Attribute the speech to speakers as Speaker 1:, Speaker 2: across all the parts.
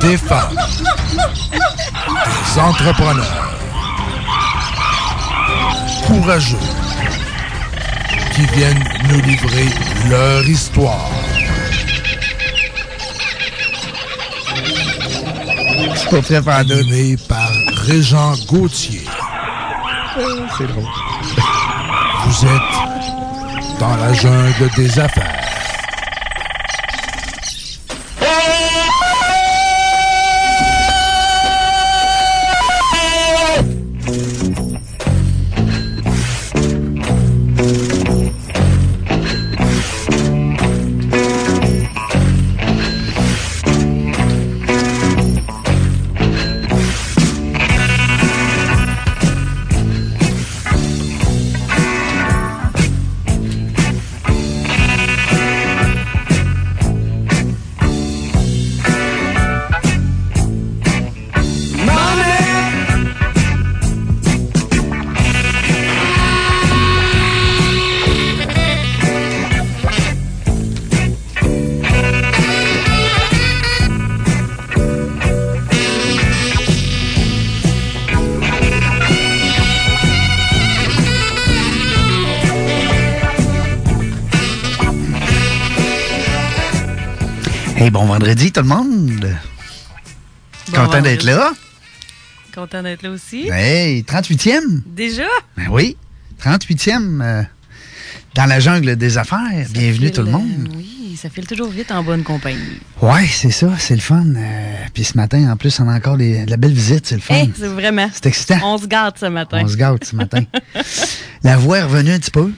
Speaker 1: des femmes, des entrepreneurs, courageux, qui viennent nous livrer leur histoire.
Speaker 2: C'est pas prêt par deux.
Speaker 1: Animé par Régent Gauthier,
Speaker 2: C'est drôle.
Speaker 1: vous êtes dans la jungle des affaires.
Speaker 2: Hey, bon vendredi, tout le monde.
Speaker 3: Bon
Speaker 2: Content d'être
Speaker 3: vendredi.
Speaker 2: là.
Speaker 3: Content d'être là aussi.
Speaker 2: Hey, 38e.
Speaker 3: Déjà?
Speaker 2: Ben oui, 38e euh, dans la jungle des affaires. Bienvenue,
Speaker 3: Ça
Speaker 2: tout le
Speaker 3: file,
Speaker 2: monde.
Speaker 3: euh, oui, ça file toujours vite en bonne compagnie.
Speaker 2: Ouais, c'est ça, c'est le fun. Euh, Puis ce matin, en plus, on a encore des- de la belle visite, c'est le fun.
Speaker 3: Hey, Hein, c'est vraiment.
Speaker 2: C'est excitant.
Speaker 3: On se garde ce matin.
Speaker 2: On se gâte ce matin. la voix est revenue un petit peu.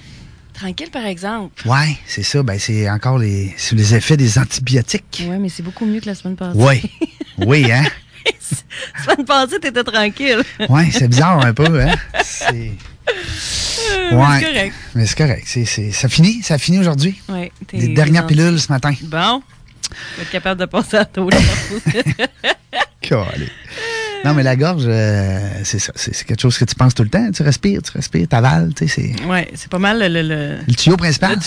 Speaker 3: Tranquille, par exemple.
Speaker 2: Ouais, c'est ça. Ben, c'est encore les, sous les effets des antibiotiques.
Speaker 3: Ouais, mais c'est beaucoup mieux que la semaine passée.
Speaker 2: Ouais. Oui, hein?
Speaker 3: la semaine passée, t'étais tranquille.
Speaker 2: Ouais, c'est bizarre un peu, hein? C'est.
Speaker 3: Euh, mais
Speaker 2: Ouais.
Speaker 3: C'est correct.
Speaker 2: Mais c'est correct. C'est- c'est- ça finit, ça finit aujourd'hui.
Speaker 3: Ouais, t'es-
Speaker 2: Les dernières
Speaker 3: t'es gentil.
Speaker 2: pilules ce matin.
Speaker 3: Bon. Tu vas être capable de passer à toi.
Speaker 2: Calé. Non, mais la gorge, euh, c'est ça. C'est c'est quelque chose que tu penses tout le temps. Tu respires, tu respires, t'avales, tu sais, c'est
Speaker 3: ouais, c'est pas mal le. le- le-
Speaker 2: le tuyau principal.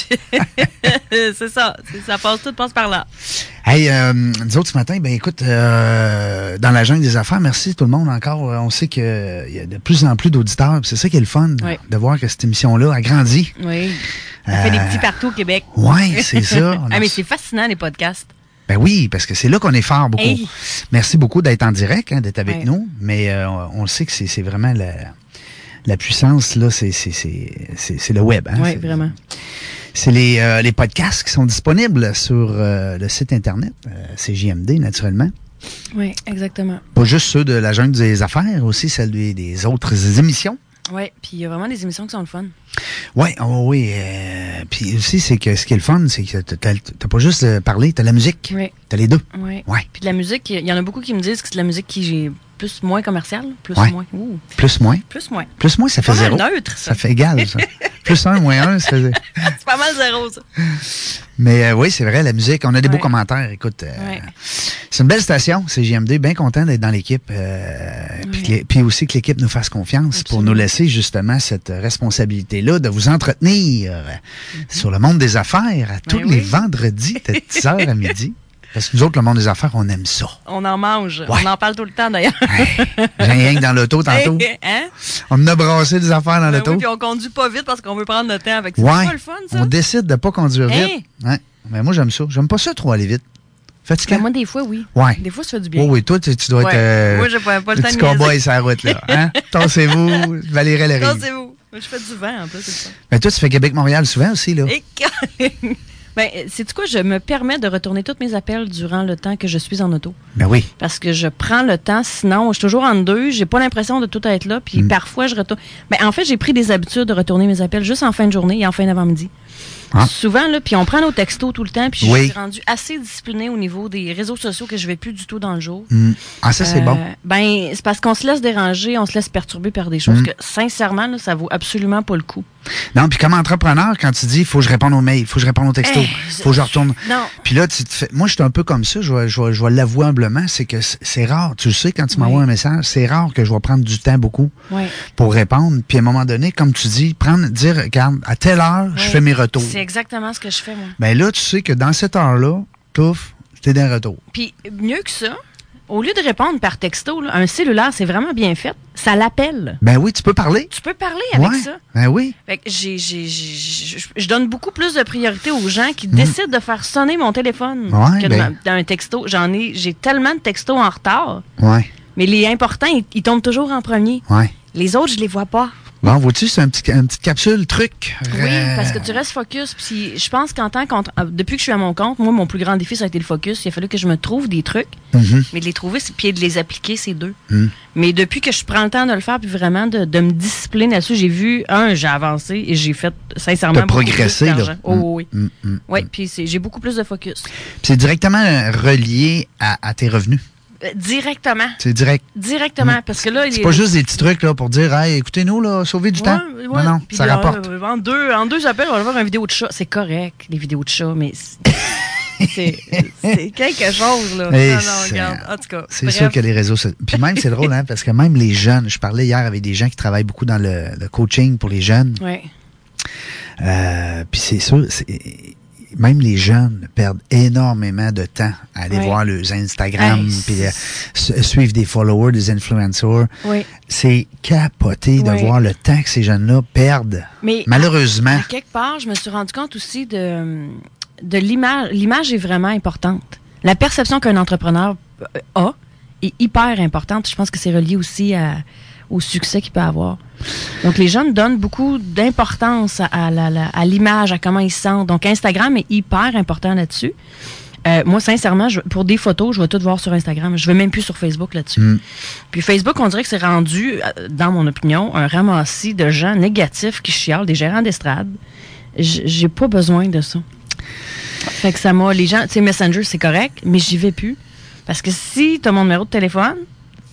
Speaker 3: c'est ça. C'est- Ça passe tout, passe par là.
Speaker 2: Hey, euh, nous autres, ce matin, ben écoute, euh, dans la jungle des affaires, merci tout le monde encore. Euh, On sait qu'il y a de plus en plus d'auditeurs. puis C'est ça qui est le fun,
Speaker 3: Ouais.
Speaker 2: de voir que cette émission-là a grandi.
Speaker 3: Oui. On fait des
Speaker 2: Euh,
Speaker 3: petits partout au Québec.
Speaker 2: Ouais, c'est ça. On a
Speaker 3: ah, mais
Speaker 2: reçu-
Speaker 3: c'est fascinant, les podcasts.
Speaker 2: Ben oui, parce que c'est là qu'on est fort beaucoup.
Speaker 3: Hey.
Speaker 2: Merci beaucoup d'être en direct, hein, d'être avec
Speaker 3: Ouais.
Speaker 2: nous. Mais euh, on le sait que c'est c'est vraiment la, la puissance, là, c'est c'est- c'est- c'est- c'est le web. hein.
Speaker 3: oui,
Speaker 2: C'est-
Speaker 3: vraiment.
Speaker 2: C'est les, euh, les podcasts qui sont disponibles sur euh, le site Internet, euh, CJMD, naturellement.
Speaker 3: Oui, exactement.
Speaker 2: Pas juste ceux de la jungle des affaires, aussi celles des, des autres émissions.
Speaker 3: Oui, puis il y a vraiment des émissions qui sont le fun.
Speaker 2: Ouais, oh oui. euh, puis aussi, c'est que ce qui est le fun, c'est que t'as t'as pas juste euh, parlé, t'as la musique.
Speaker 3: Oui.
Speaker 2: T'as les deux.
Speaker 3: Ouais.
Speaker 2: Ouais,
Speaker 3: Puis de la musique, il y en a beaucoup qui me disent que c'est de la musique qui j'ai plus moins commerciale, plus
Speaker 2: Ouais.
Speaker 3: moins. Ouh,
Speaker 2: plus moins.
Speaker 3: plus moins.
Speaker 2: Plus moins, ça fait
Speaker 3: Pas mal
Speaker 2: zéro.
Speaker 3: neutre, ça.
Speaker 2: Ça fait égal, ça. Plus un, moins un, ça fait...
Speaker 3: C'est pas mal zéro, ça.
Speaker 2: Mais euh, oui, c'est vrai, la musique, on a des beaux
Speaker 3: Ouais.
Speaker 2: commentaires. Écoute, euh,
Speaker 3: Ouais.
Speaker 2: c'est une belle station, c'est JMD. Bien content d'être dans l'équipe. euh, puis que les- Puis aussi que l'équipe nous fasse confiance pour
Speaker 3: Absolument.
Speaker 2: nous laisser justement cette responsabilité-là de vous entretenir euh, sur le monde des affaires à tous les
Speaker 3: Mm-hmm. Ben oui.
Speaker 2: vendredis de 10h à midi. Parce que nous autres, le monde des affaires, on aime ça.
Speaker 3: On en mange.
Speaker 2: Ouais.
Speaker 3: On en parle tout le temps, d'ailleurs.
Speaker 2: Hey, J'ai rien que dans l'auto tantôt.
Speaker 3: hein?
Speaker 2: On en a brassé des affaires dans
Speaker 3: Ben
Speaker 2: l'auto.
Speaker 3: oui, puis on conduit pas vite parce qu'on veut prendre notre temps avec ça.
Speaker 2: Ouais.
Speaker 3: C'est pas le fun, ça?
Speaker 2: On décide de pas conduire
Speaker 3: Hein?
Speaker 2: vite. Ouais. Mais moi, j'aime ça. J'aime pas ça trop aller vite.
Speaker 3: Ben,
Speaker 2: Fatigant.
Speaker 3: moi, des fois, oui.
Speaker 2: Ouais.
Speaker 3: Des fois, ça fait du bien.
Speaker 2: Oui, oui, toi, tu, tu dois
Speaker 3: Ouais.
Speaker 2: être. euh,
Speaker 3: Moi, j'ai pas, pas le temps
Speaker 2: petit
Speaker 3: de
Speaker 2: cowboy
Speaker 3: niaiser.
Speaker 2: sur la route, là. Hein? Tassez-vous, Valérie elle
Speaker 3: Non,
Speaker 2: arrive.
Speaker 3: c'est vous. Moi, Je fais du vent, en plus, c'est ça.
Speaker 2: Mais toi, tu fais Québec-Montréal souvent aussi, là.
Speaker 3: Et quand- Ben, c'est quoi? Je me permets de retourner tous mes appels durant le temps que je suis en auto.
Speaker 2: Ben oui.
Speaker 3: parce que je prends le temps. Sinon, je suis toujours en deux. J'ai pas l'impression de tout être là. Puis
Speaker 2: Mm.
Speaker 3: parfois, je retourne. Mais en fait, j'ai pris des habitudes de retourner mes appels juste en fin de journée et en fin d'avant-midi.
Speaker 2: Ah.
Speaker 3: Souvent, là, puis on prend nos textos tout le temps. Puis
Speaker 2: Oui.
Speaker 3: je suis rendue assez disciplinée au niveau des réseaux sociaux que je vais plus du tout dans le jour.
Speaker 2: Hmm. Ah, ça, c'est
Speaker 3: Euh,
Speaker 2: bon.
Speaker 3: Ben, c'est parce qu'on se laisse déranger, on se laisse perturber par des choses
Speaker 2: Mm.
Speaker 3: que, sincèrement, là, ça vaut absolument pas le coup.
Speaker 2: Non, puis comme entrepreneur, quand tu dis, il faut que je réponde aux mails, il faut que je réponde aux textos,
Speaker 3: Eh,
Speaker 2: faut que je retourne.
Speaker 3: Non.
Speaker 2: Puis là, tu te fais. Moi, je suis un peu comme ça, je vais, je vais- je vais l'avouer humblement, c'est que c'est- c'est rare. Tu le sais, quand tu m'envoies
Speaker 3: Oui.
Speaker 2: un message, c'est rare que je vais prendre du temps beaucoup
Speaker 3: Ouais.
Speaker 2: pour répondre. Puis à un moment donné, comme tu dis, prendre, dire, regarde, à telle heure, je
Speaker 3: Ouais.
Speaker 2: fais mes retours.
Speaker 3: C'est exactement ce que je fais, moi.
Speaker 2: Ben là, tu sais que dans cette heure-là, touf, t'es d'un retour.
Speaker 3: Puis mieux que ça, Au lieu de répondre par texto, là, un cellulaire, c'est vraiment bien fait. Ça l'appelle.
Speaker 2: Ben oui, tu peux parler.
Speaker 3: Tu peux parler avec
Speaker 2: Ouais,
Speaker 3: ça.
Speaker 2: Ben oui.
Speaker 3: Fait que j'ai- j'ai- j'ai- je- je donne beaucoup plus de priorité aux gens qui décident de faire sonner mon téléphone
Speaker 2: Mm. Ouais,
Speaker 3: que de
Speaker 2: ben.
Speaker 3: ma- d'un texto. J'en ai, j'ai tellement de textos en retard,
Speaker 2: Ouais,
Speaker 3: mais les importants, ils, ils tombent toujours en premier.
Speaker 2: ouais.
Speaker 3: Les autres, je les vois pas.
Speaker 2: Bon, vois-tu, c'est un petit, une petite capsule, truc. euh,
Speaker 3: Oui, parce que tu restes focus. Puis je pense qu'en tant qu'entre- euh, depuis que je suis à mon compte, moi, mon plus grand défi, ça a été le focus. Il a fallu que je me trouve des trucs,
Speaker 2: Mhm.
Speaker 3: mais de les trouver, c'est- puis de les appliquer, c'est deux.
Speaker 2: Mhm.
Speaker 3: Mais depuis que je prends le temps de le faire, puis vraiment de, de me discipliner là-dessus, j'ai vu, un, j'ai avancé et j'ai fait sincèrement.
Speaker 2: T'as
Speaker 3: beaucoup plus
Speaker 2: progressé,
Speaker 3: d'argent.
Speaker 2: là.
Speaker 3: Oh, oui.
Speaker 2: Mm, mm.
Speaker 3: Oui, puis c'est- j'ai beaucoup plus de focus.
Speaker 2: Puis C'est directement euh, relié à, à tes revenus.
Speaker 3: Euh, directement.
Speaker 2: C'est direct.
Speaker 3: Directement. Parce que là, il
Speaker 2: Hmm. C'est
Speaker 3: est-
Speaker 2: pas juste des petits trucs là, pour dire hey, écoutez-nous, là, sauvez du
Speaker 3: Ouais,
Speaker 2: temps.
Speaker 3: ouais,
Speaker 2: non, non,
Speaker 3: puis
Speaker 2: ça
Speaker 3: là,
Speaker 2: rapporte.
Speaker 3: euh, en deux, en deux appels, on va voir une vidéo de chat. C'est correct, les vidéos de chat, mais c'est- c'est c'est quelque chose, là.
Speaker 2: Et
Speaker 3: non, non,
Speaker 2: c'est-
Speaker 3: regarde. En tout cas,
Speaker 2: C'est
Speaker 3: bref.
Speaker 2: sûr que les réseaux sociaux. Puis même, c'est drôle, hein, parce que même les jeunes, je parlais hier avec des gens qui travaillent beaucoup dans le, le coaching pour les jeunes.
Speaker 3: Ouais.
Speaker 2: Euh, puis c'est sûr, c'est- même les jeunes perdent énormément de temps à aller
Speaker 3: Ouais.
Speaker 2: voir leurs Instagram,
Speaker 3: Hey,
Speaker 2: puis euh, su- suivre des followers, des influencers.
Speaker 3: Oui.
Speaker 2: C'est capoté de
Speaker 3: Ouais.
Speaker 2: voir le temps que ces jeunes-là perdent.
Speaker 3: Mais
Speaker 2: Malheureusement.
Speaker 3: à quelque part, je me suis rendu compte aussi de, de l'image. L'image est vraiment importante. La perception qu'un entrepreneur euh, a est hyper importante. Je pense que c'est relié aussi à- au succès qu'il peut avoir. Donc, les jeunes donnent beaucoup d'importance à, à la- la- à l'image, à comment ils se sentent. Donc, Instagram est hyper important là-dessus. Euh, moi, sincèrement, je- pour des photos, je vais tout voir sur Instagram. Je vais même plus sur Facebook là-dessus.
Speaker 2: Hmm.
Speaker 3: Puis Facebook, on dirait que c'est rendu, euh, dans mon opinion, un ramassis de gens négatifs qui chialent, des gérants d'estrade. J- J'ai pas besoin de ça. Fait que ça m'a. Les gens, tu sais, Messenger, c'est correct, mais j'y vais plus. Parce que si t'as mon numéro de téléphone,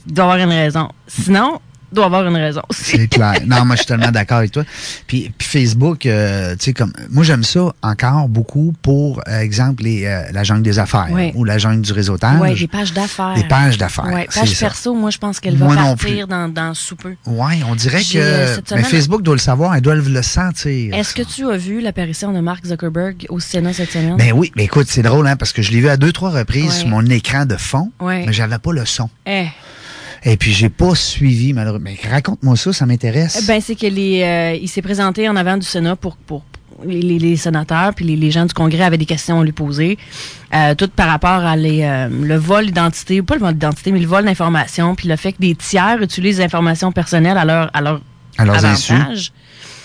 Speaker 3: il doit y avoir une raison. Sinon, il doit y avoir une raison aussi.
Speaker 2: C'est clair. Non, moi, je suis tellement d'accord avec toi. Puis, puis Facebook, euh, tu sais, comme. Moi, j'aime ça encore beaucoup pour, euh, exemple, les, euh, la jungle des affaires
Speaker 3: Ouais.
Speaker 2: ou la jungle du réseautage.
Speaker 3: Ouais, les pages d'affaires.
Speaker 2: Les pages d'affaires,
Speaker 3: Ouais,
Speaker 2: c'est
Speaker 3: page
Speaker 2: ça.
Speaker 3: perso, moi, je pense qu'elle va
Speaker 2: Moi non plus.
Speaker 3: partir dans, dans sous peu.
Speaker 2: Ouais, on dirait
Speaker 3: J'ai, euh,
Speaker 2: que.
Speaker 3: cette
Speaker 2: Mais
Speaker 3: semaine-
Speaker 2: Facebook doit le savoir, ils doivent le sentir.
Speaker 3: Est-ce que tu as vu l'apparition de Mark Zuckerberg au Sénat cette semaine?
Speaker 2: Ben oui, mais écoute, c'est drôle, hein, parce que je l'ai vu à deux, trois reprises
Speaker 3: Ouais.
Speaker 2: sur mon écran de fond,
Speaker 3: Ouais.
Speaker 2: mais j'avais pas le son.
Speaker 3: Eh.
Speaker 2: Et puis, j'ai pas suivi, malheureusement. Mais raconte-moi ça, ça m'intéresse.
Speaker 3: Ben, c'est que les, euh, il s'est présenté en avant du Sénat pour, pour pour les, les- les sénateurs, puis les, les gens du Congrès avaient des questions à lui poser, euh, tout par rapport à les, euh, le vol d'identité, pas le vol d'identité, mais le vol d'informations, puis le fait que des tiers utilisent des informations personnelles à leur, à leur
Speaker 2: À leurs insus.
Speaker 3: avantage.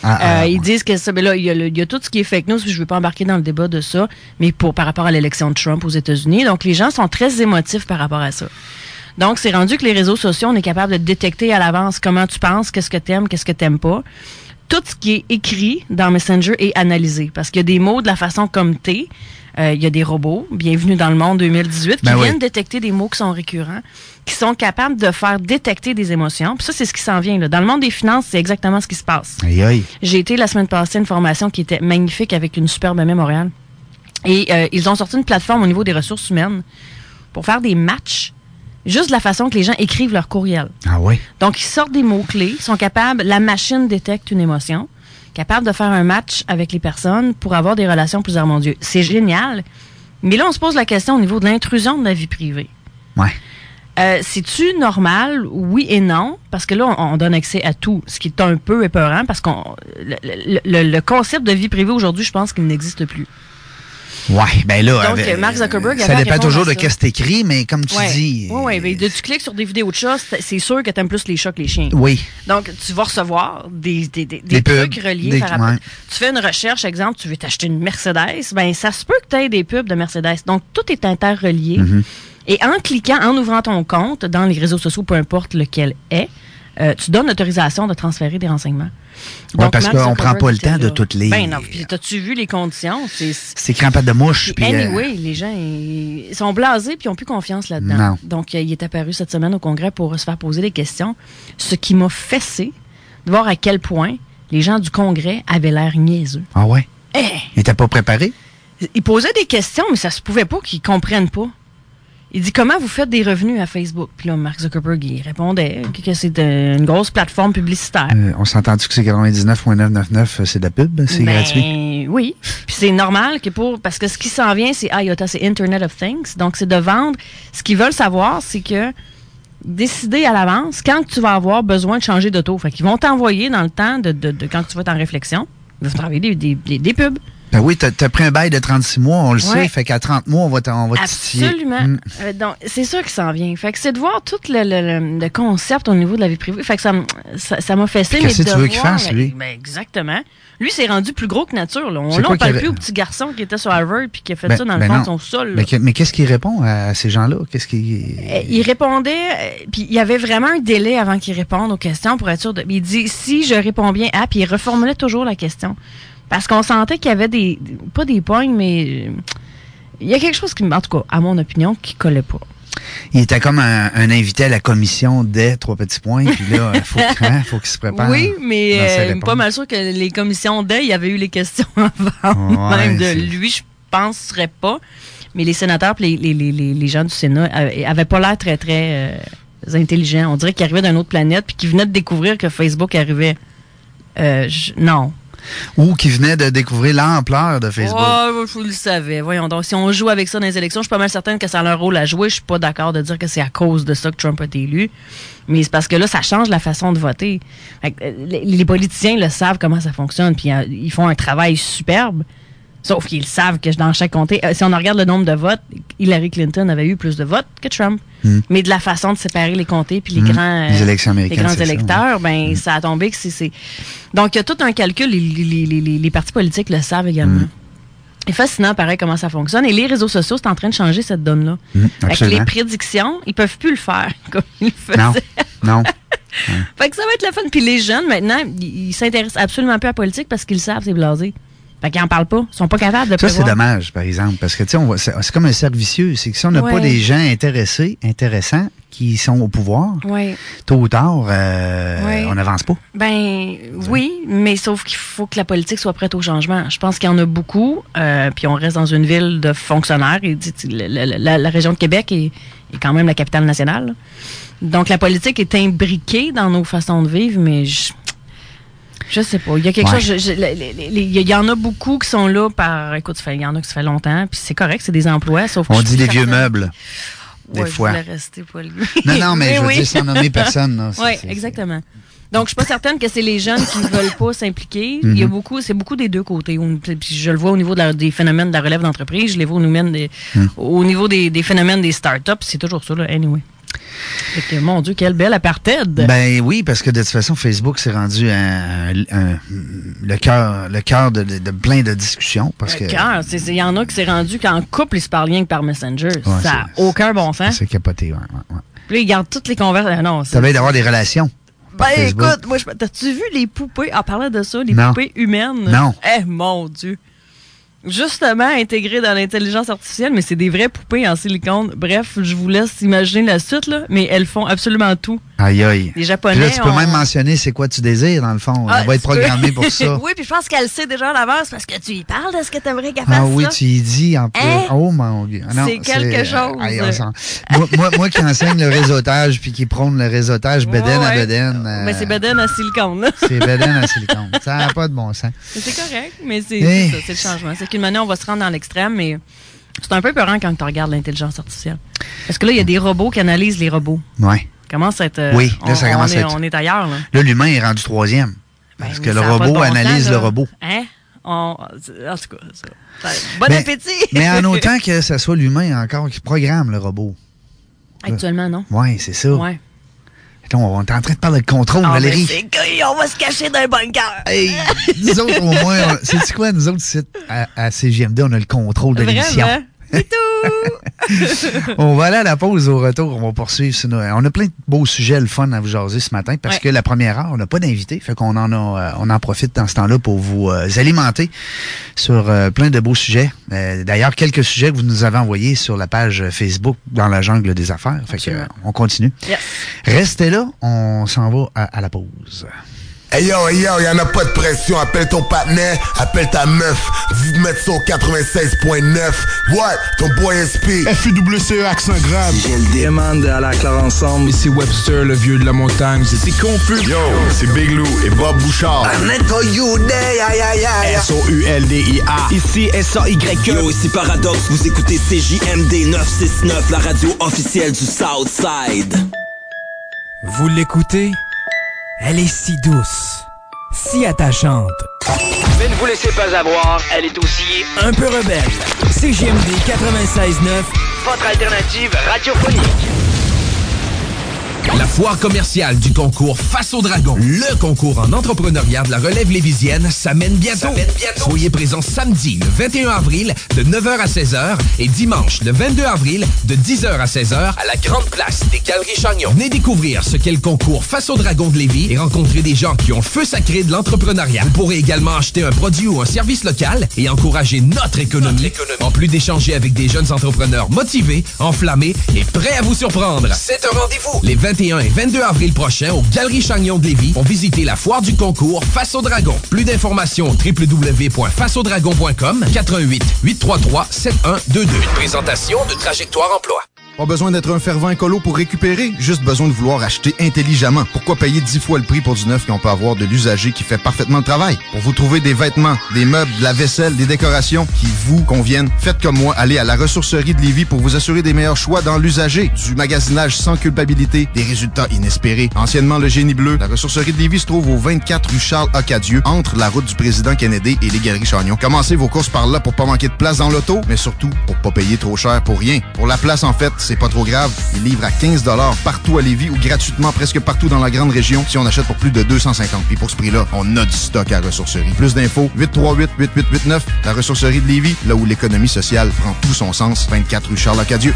Speaker 2: Ah, ah,
Speaker 3: Euh,
Speaker 2: ah.
Speaker 3: ils disent que ça, ben là, il y, a le- il y a tout ce qui est fake news, puis je veux pas embarquer dans le débat de ça, mais pour par rapport à l'élection de Trump aux États-Unis, donc les gens sont très émotifs par rapport à ça. Donc c'est rendu que les réseaux sociaux, on est capable de détecter à l'avance comment tu penses, qu'est-ce que t'aimes, qu'est-ce que t'aimes pas. Tout ce qui est écrit dans Messenger est analysé parce qu'il y a des mots de la façon comme t'es. Euh, Il y a des robots, bienvenue dans le monde 2018, qui
Speaker 2: Ben oui.
Speaker 3: viennent détecter des mots qui sont récurrents, qui sont capables de faire détecter des émotions. Puis ça, c'est ce qui s'en vient. Là. Dans le monde des finances, c'est exactement ce qui se passe.
Speaker 2: Aïe, aïe.
Speaker 3: J'ai été la semaine passée à une formation qui était magnifique avec une superbe à Montréal. Et euh, ils ont sorti une plateforme au niveau des ressources humaines pour faire des matchs, juste de la façon que les gens écrivent leur courriel.
Speaker 2: Ah ouais.
Speaker 3: Donc, ils sortent des mots-clés, sont capables, la machine détecte une émotion, capable de faire un match avec les personnes pour avoir des relations plus harmonieuses. C'est génial. Mais là, on se pose la question au niveau de l'intrusion de la vie privée.
Speaker 2: Ouais.
Speaker 3: Euh, C'est-tu normal? Oui et non. Parce que là, on, on donne accès à tout, ce qui est un peu épeurant parce qu'on le, le- le- le concept de vie privée aujourd'hui, je pense qu'il n'existe plus.
Speaker 2: Ouais, ben là.
Speaker 3: Donc, Mark Zuckerberg
Speaker 2: Ça
Speaker 3: avait à
Speaker 2: dépend
Speaker 3: répondre
Speaker 2: toujours
Speaker 3: à
Speaker 2: de
Speaker 3: ça.
Speaker 2: qu'est-ce que t'écris, mais comme tu dis. euh,
Speaker 3: Oui, oui. mais de- tu cliques sur des vidéos de chats, c'est c'est sûr que t'aimes plus les chats que les chiens.
Speaker 2: Oui.
Speaker 3: Donc, tu vas recevoir des, des, des,
Speaker 2: Des
Speaker 3: des
Speaker 2: pubs,
Speaker 3: trucs reliés
Speaker 2: des-
Speaker 3: par rapport.
Speaker 2: ouais.
Speaker 3: Tu fais une recherche, exemple, tu veux t'acheter une Mercedes, ben ça se peut que tu aies des pubs de Mercedes. Donc, tout est interrelié.
Speaker 2: Mhm.
Speaker 3: Et en cliquant, en ouvrant ton compte dans les réseaux sociaux, peu importe lequel est, euh, tu donnes l'autorisation de transférer des renseignements.
Speaker 2: Ouais,
Speaker 3: Donc,
Speaker 2: parce
Speaker 3: Mark
Speaker 2: qu'on
Speaker 3: Zuckerberg
Speaker 2: prend pas le
Speaker 3: était
Speaker 2: temps de
Speaker 3: là.
Speaker 2: toutes les-
Speaker 3: Ben non, puis t'as-tu vu les conditions? C'est
Speaker 2: C'est crampade de mouche. Puis,
Speaker 3: puis
Speaker 2: euh,
Speaker 3: anyway, les gens ils sont blasés puis ils n'ont plus confiance
Speaker 2: Non.
Speaker 3: là-dedans. Donc, euh, il est apparu cette semaine au Congrès pour euh, se faire poser des questions, ce qui m'a fessé de voir à quel point les gens du Congrès avaient l'air niaiseux.
Speaker 2: Ah ouais.
Speaker 3: Eh!
Speaker 2: Il était pas préparé?
Speaker 3: Ils posaient des questions, mais ça se pouvait pas qu'ils comprennent pas. Il dit comment vous faites des revenus à Facebook Puis là, Mark Zuckerberg, il répondait que c'est euh, une grosse plateforme publicitaire.
Speaker 2: Euh, on s'entend-tu que c'est 99.999, euh, c'est de la pub, c'est
Speaker 3: Ben,
Speaker 2: gratuit.
Speaker 3: Oui. Puis c'est normal que pour. Parce que ce qui s'en vient, c'est ah, IOTA, c'est Internet of Things. Donc, c'est de vendre. Ce qu'ils veulent savoir, c'est que décider à l'avance quand tu vas avoir besoin de changer d'auto. Fait qu'ils vont t'envoyer dans le temps de, de- de quand tu vas être en réflexion. Ils vont travailler des, des- des- des pubs.
Speaker 2: Ben oui, t'as t'as pris un bail de 36 mois, on le sait,
Speaker 3: Ouais.
Speaker 2: fait qu'à 30 mois, on va, t'en- on va te titiller.
Speaker 3: Absolument.
Speaker 2: Mm.
Speaker 3: Euh, donc, c'est sûr qu'il s'en vient. Fait que c'est de voir tout le, le- le- le concept au niveau de la vie privée. Fait que ça m- ça ça m'a fait ça.
Speaker 2: qu'est-ce que tu veux qu'il fasse, lui?
Speaker 3: ben, exactement. Lui, c'est rendu plus gros que nature. Là, on,
Speaker 2: C'est
Speaker 3: là,
Speaker 2: quoi
Speaker 3: on parle
Speaker 2: qu'il
Speaker 3: plus
Speaker 2: avait-
Speaker 3: au petit garçon qui était sur Harvard puis qui a fait
Speaker 2: Ben-
Speaker 3: ça dans le
Speaker 2: ben
Speaker 3: fond
Speaker 2: non.
Speaker 3: de son sol. là.
Speaker 2: Mais, que- mais qu'est-ce qu'il répond à ces gens-là? Qu'est-ce qu'il.
Speaker 3: Euh, Il répondait, euh, puis il y avait vraiment un délai avant qu'il réponde aux questions pour être sûr de. Il dit si je réponds bien à, puis il reformulait toujours la question. Parce qu'on sentait qu'il y avait des. Pas des pognes, mais. euh, Il y a quelque chose qui, en tout cas, à mon opinion, qui collait pas.
Speaker 2: Il était comme un, un invité à la commission des trois petits points, puis là, faut, hein, faut qu'il se prépare.
Speaker 3: Oui, mais
Speaker 2: dans ses
Speaker 3: euh,
Speaker 2: réponses.
Speaker 3: pas mal sûr que les commissions d'aide, il y avait eu les questions avant
Speaker 2: Ouais,
Speaker 3: même de
Speaker 2: c'est-
Speaker 3: lui, je penserais pas. Mais les sénateurs puis les, les, les, les gens du Sénat euh, avaient pas l'air très, très euh, intelligents. On dirait qu'ils arrivaient d'une autre planète puis qu'ils venaient de découvrir que Facebook arrivait. Euh, je- non.
Speaker 2: Ou qui venait de découvrir l'ampleur de Facebook.
Speaker 3: Oh, je le savais. Voyons donc, si on joue avec ça dans les élections, je suis pas mal certaine que ça a leur rôle à jouer. Je suis pas d'accord de dire que c'est à cause de ça que Trump a été élu. Mais c'est parce que là, ça change la façon de voter. Fait que, euh, les, les politiciens le savent comment ça fonctionne, puis euh, ils font un travail superbe. Sauf qu'ils savent que dans chaque comté, euh, si on regarde le nombre de votes, Hillary Clinton avait eu plus de votes que Trump. Mais de la façon de séparer les comtés puis les
Speaker 2: Mm.
Speaker 3: grands, euh,
Speaker 2: Hmm. Les élections américaines,
Speaker 3: grands
Speaker 2: c'est ça, ouais. Hmm.
Speaker 3: électeurs, ben ça a tombé que c'est- c'est. Donc il y a tout un calcul. Les, les- les- les- les partis politiques le savent également.
Speaker 2: Hmm.
Speaker 3: C'est fascinant, pareil, comment ça fonctionne. Et les réseaux sociaux, c'est en train de changer cette donne-là. Avec les
Speaker 2: Mm, absolument.
Speaker 3: prédictions, ils peuvent plus le faire comme ils le faisaient.
Speaker 2: Non, non.
Speaker 3: Fait que ça va être le fun. Puis les jeunes, maintenant, ils ils s'intéressent absolument plus à la politique parce qu'ils le savent, c'est blasé. Fait qu'ils en parlent pas. Ils sont pas capables de
Speaker 2: Ça, c'est
Speaker 3: prévoir.
Speaker 2: dommage, par exemple, parce que, tu sais, on voit- c'est c'est comme un cercle vicieux. C'est que si on n'a pas
Speaker 3: Ouais.
Speaker 2: des gens intéressés, intéressants, qui sont au pouvoir,
Speaker 3: Ouais.
Speaker 2: tôt ou tard, euh,
Speaker 3: Ouais.
Speaker 2: on n'avance pas. Hein?
Speaker 3: Ben oui, mais sauf qu'il faut que la politique soit prête au changement. Je pense qu'il y en a beaucoup, euh, puis on reste dans une ville de fonctionnaires. Et, dit- la, la- la- la région de Québec est, est quand même la capitale nationale. là. Donc la politique est imbriquée dans nos façons de vivre, mais je, je sais pas. Il y a quelque
Speaker 2: Ouais.
Speaker 3: chose. je- je- les- les- les- Il y, y en a beaucoup qui sont là par. Écoute, ça fait- il y en a qui ça fait longtemps, puis c'est correct, c'est des emplois. Sauf que
Speaker 2: On
Speaker 3: je
Speaker 2: dit
Speaker 3: suis
Speaker 2: les vieux
Speaker 3: certaine-
Speaker 2: meubles, des
Speaker 3: Ouais, je
Speaker 2: fois.
Speaker 3: voulais rester polie.
Speaker 2: Non, non, mais je veux
Speaker 3: Eh oui.
Speaker 2: dire sans nommer personne. là, c'est-
Speaker 3: Oui,
Speaker 2: c'est-
Speaker 3: exactement. Donc, je suis pas certaine que c'est les jeunes qui ne veulent pas s'impliquer. Il y
Speaker 2: Mhm.
Speaker 3: a beaucoup, c'est beaucoup des deux côtés. On- puis Je le vois au niveau de la- des phénomènes de la relève d'entreprise, je les vois au niveau des,
Speaker 2: Mhm.
Speaker 3: au niveau des, des phénomènes des startups. C'est toujours ça, là, anyway. Fait que, mon Dieu, quelle belle apartheid!
Speaker 2: Ben oui, parce que de toute façon, Facebook s'est rendu un- un- un- le cœur le cœur de, de- de plein de discussions. Parce
Speaker 3: Le
Speaker 2: que
Speaker 3: cœur, c'est- c'est- il y en a qui s'est rendu qu'en couple, ils se parlent rien que par Messenger. ça n'a
Speaker 2: c'est-
Speaker 3: aucun bon sens.
Speaker 2: c'est capoté. Ouais, ouais, ouais.
Speaker 3: Puis là, ils gardent toutes les conversations. Non, c'est-
Speaker 2: Ça va être d'avoir des relations. par
Speaker 3: Ben
Speaker 2: Facebook.
Speaker 3: écoute, moi, je... t'as-tu vu les poupées? En parlant de ça, les
Speaker 2: Non.
Speaker 3: poupées humaines.
Speaker 2: Non.
Speaker 3: Eh mon Dieu. Justement intégrées dans l'intelligence artificielle, mais c'est des vraies poupées en silicone. Bref, je vous laisse imaginer la suite, là, mais elles font absolument tout.
Speaker 2: Aïe aïe.
Speaker 3: Les
Speaker 2: Puis
Speaker 3: Japonais.
Speaker 2: là, tu peux
Speaker 3: ont-
Speaker 2: même mentionner c'est quoi tu désires, dans le fond.
Speaker 3: Ah,
Speaker 2: On va être
Speaker 3: tu peux.
Speaker 2: programmé pour ça.
Speaker 3: oui, puis je pense qu'elle sait déjà à l'avance parce que tu y parles de ce que t'aimerais qu'elle fasse.
Speaker 2: Ah oui,
Speaker 3: là.
Speaker 2: tu y dis en plus.
Speaker 3: Hein?
Speaker 2: Oh mon Dieu. Non, euh,
Speaker 3: C'est quelque chose.
Speaker 2: aïe, on s'en- moi, moi, moi qui enseigne le réseautage puis qui prône le réseautage bedaine
Speaker 3: Ouais,
Speaker 2: à
Speaker 3: ouais. Oh,
Speaker 2: bedaine. euh,
Speaker 3: Mais c'est Beden en silicone, là.
Speaker 2: C'est bedaine à silicone. Ça n'a pas de bon sens.
Speaker 3: Mais C'est correct, mais c'est
Speaker 2: Eh.
Speaker 3: c'est ça, c'est le changement. C'est qu'une manière, on va se rendre dans l'extrême, mais c'est un peu peurant quand tu regardes l'intelligence artificielle. Parce que là, il y a des robots qui analysent les robots.
Speaker 2: Ouais.
Speaker 3: Commence à être. euh,
Speaker 2: Oui, là,
Speaker 3: on,
Speaker 2: ça commence
Speaker 3: on
Speaker 2: à
Speaker 3: est,
Speaker 2: être-
Speaker 3: On est ailleurs, là.
Speaker 2: Là, l'humain est rendu troisième.
Speaker 3: Ben,
Speaker 2: Parce
Speaker 3: mais
Speaker 2: que le
Speaker 3: ça a pas de
Speaker 2: robot
Speaker 3: bon
Speaker 2: analyse
Speaker 3: sens,
Speaker 2: le
Speaker 3: là.
Speaker 2: robot.
Speaker 3: Hein? On- en tout cas, ça- ça- Bon
Speaker 2: Mais-
Speaker 3: appétit!
Speaker 2: Mais en autant que ce soit l'humain encore qui programme le robot.
Speaker 3: Actuellement, non?
Speaker 2: Oui, c'est ça.
Speaker 3: Ouais.
Speaker 2: Attends, on est en train de parler de contrôle,
Speaker 3: Ah, mais
Speaker 2: Oh, Valérie.
Speaker 3: c'est cool, on va se cacher d'un bunker!
Speaker 2: Hey, nous autres, au moins, on- c'est-tu quoi, nous autres, ici, à, à CGMD, on a le contrôle de l'émission.
Speaker 3: Vraiment? hein? C'est tout!
Speaker 2: On va aller à la pause au retour. On va poursuivre. sur nos- On a plein de beaux sujets, le fun à vous jaser ce matin parce
Speaker 3: Ouais.
Speaker 2: que la première heure, on n'a pas d'invité. Fait qu'on en a, euh, on en profite dans ce temps-là pour vous euh, alimenter sur euh, plein de beaux sujets. Euh, D'ailleurs, quelques sujets que vous nous avez envoyés sur la page Facebook dans la jungle des affaires. Fait que,
Speaker 3: Absolument.
Speaker 2: euh, on continue.
Speaker 3: Yes.
Speaker 2: Restez là. On s'en va à- à la pause.
Speaker 4: Hey yo, hey yo, y'en a pas de pression. Appelle ton partenaire, appelle ta meuf. Vous mettre son 96.9. What? Ton boy SP.
Speaker 5: FUWCE accent grave.
Speaker 6: Quel demande à la claire ensemble.
Speaker 1: Ici Webster, le vieux de la montagne. J'étais confus.
Speaker 7: Yo, c'est Big Lou et Bob Bouchard.
Speaker 5: S-O-U-L-D-I-A.
Speaker 8: Ici S-A-Y-E.
Speaker 9: Yo, ici Paradox, vous écoutez CJMD 969, la radio officielle du Southside.
Speaker 10: Vous l'écoutez? Elle est si douce, si attachante.
Speaker 11: Mais ne vous laissez pas avoir, elle est aussi
Speaker 10: un peu rebelle. CGMD 96.9,
Speaker 11: votre alternative radiophonique.
Speaker 12: La foire commerciale du concours Face au Dragon, le concours en entrepreneuriat de la relève lévisienne, s'amène bientôt. bientôt. Soyez présents samedi, le 21 avril, de 9h à 16h, et dimanche, le 22 avril, de 10h à 16h, à la grande place des Galeries Chagnon. Venez découvrir ce qu'est le concours Face au Dragon de Lévis et rencontrer des gens qui ont le feu sacré de l'entrepreneuriat. Vous pourrez également acheter un produit ou un service local et encourager notre économie. Notre économie. En plus d'échanger avec des jeunes entrepreneurs motivés, enflammés et prêts à vous surprendre. C'est un rendez-vous. Les 21 et 22 avril prochains aux Galeries Chagnon de Lévis pour visiter la foire du concours Face au Dragon. Plus d'informations au www.faceaudragon.com 88 833 7122. Une présentation de trajectoire emploi.
Speaker 13: Pas besoin d'être un fervent écolo pour récupérer, juste besoin de vouloir acheter intelligemment. Pourquoi payer dix fois le prix pour du neuf qu'on peut avoir de l'usager qui fait parfaitement le travail? Pour vous trouver des vêtements, des meubles, de la vaisselle, des décorations qui vous conviennent, faites comme moi, allez à la ressourcerie de Lévis pour vous assurer des meilleurs choix dans l'usager, du magasinage sans culpabilité, des résultats inespérés. Anciennement le génie bleu, la ressourcerie de Lévis se trouve au 24 rue Charles Acadieux, entre la route du président Kennedy et les galeries Chagnon. Commencez vos courses par là pour pas manquer de place dans l'auto, mais surtout pour pas payer trop cher pour rien. Pour la place en fait, c'est pas trop grave. Ils livrent à 15 partout à Lévis ou gratuitement presque partout dans la grande région si on achète pour plus de 250. Puis pour ce prix-là, on a du stock à la ressourcerie. Plus d'infos, 838-8889, la ressourcerie de Lévis, là où l'économie sociale prend tout son sens, 24 rue Charles-Acadieux.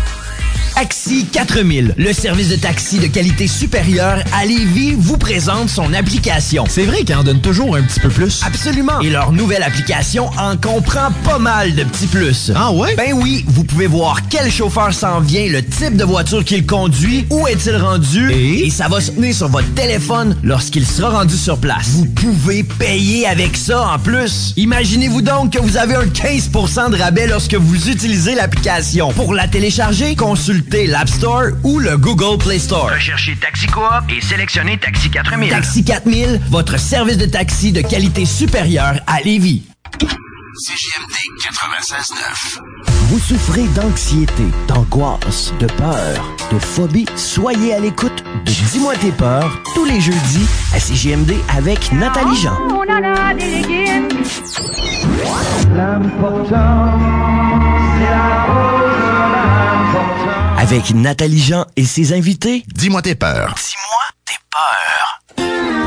Speaker 14: Taxi 4000, le service de taxi de qualité supérieure à Lévis, vous présente son application.
Speaker 15: C'est vrai qu'il en donne toujours un petit peu plus.
Speaker 14: Absolument. Et leur nouvelle application en comprend pas mal de petits plus.
Speaker 15: Ah ouais?
Speaker 14: Ben oui, vous pouvez voir quel chauffeur s'en vient, le type de voiture qu'il conduit, où est-il rendu,
Speaker 15: et,
Speaker 14: et ça va se tenir sur votre téléphone lorsqu'il sera rendu sur place. Vous pouvez payer avec ça en plus. Imaginez-vous donc que vous avez un 15% de rabais lorsque vous utilisez l'application. Pour la télécharger, consultez l'App Store ou le Google Play Store.
Speaker 16: Recherchez Taxi Coop et sélectionnez Taxi 4000.
Speaker 14: Taxi 4000, votre service de taxi de qualité supérieure à Lévis.
Speaker 17: CGMD 96.9.
Speaker 18: Vous souffrez d'anxiété, d'angoisse, de peur, de phobie? Soyez à l'écoute de Dis-moi tes peurs tous les jeudis à CGMD avec Nathalie Jean.
Speaker 19: On en a des légumes. L'important,
Speaker 18: c'est la avec Nathalie Jean et ses invités.
Speaker 17: Dis-moi tes peurs.
Speaker 19: Dis-moi tes peurs.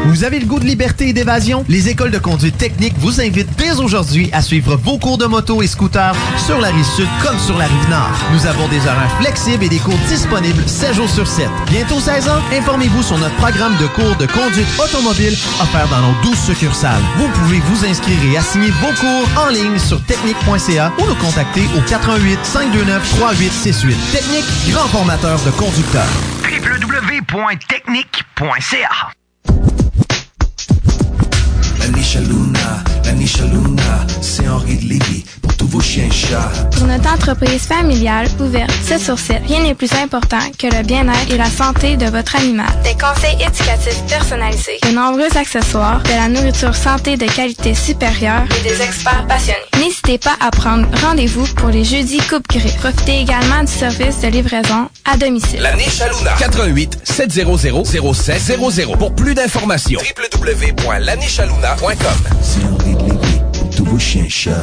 Speaker 2: Vous avez le goût de liberté et d'évasion? Les écoles de conduite technique vous invitent dès aujourd'hui à suivre vos cours de moto et scooter sur la rive sud comme sur la rive nord. Nous avons des horaires flexibles et des cours disponibles 7 jours sur 7. Bientôt 16 ans, informez-vous sur notre programme de cours de conduite automobile offert dans nos 12 succursales. Vous pouvez vous inscrire et assigner vos cours en ligne sur technique.ca ou nous contacter au 88 529 3868. Technique, grand formateur de conducteurs.
Speaker 16: www.technique.ca
Speaker 20: la Nisha Luna, la Nisha Luna, c'est Henri de Lévis pour tous vos chiens et chats.
Speaker 21: Pour notre entreprise familiale ouverte 7 sur 7, rien n'est plus important que le bien-être et la santé de votre animal. Des conseils éducatifs personnalisés, de nombreux accessoires, de la nourriture santé de qualité supérieure et des experts passionnés. N'hésitez pas à prendre rendez-vous pour les jeudis Coupe Gris. Profitez également du service de livraison à domicile.
Speaker 17: La Nisha Luna,
Speaker 12: 88 700 0700 pour plus d'informations.
Speaker 17: www.lanichaluna
Speaker 20: C'est Henri de Lévis pour tous vos chiens et chats.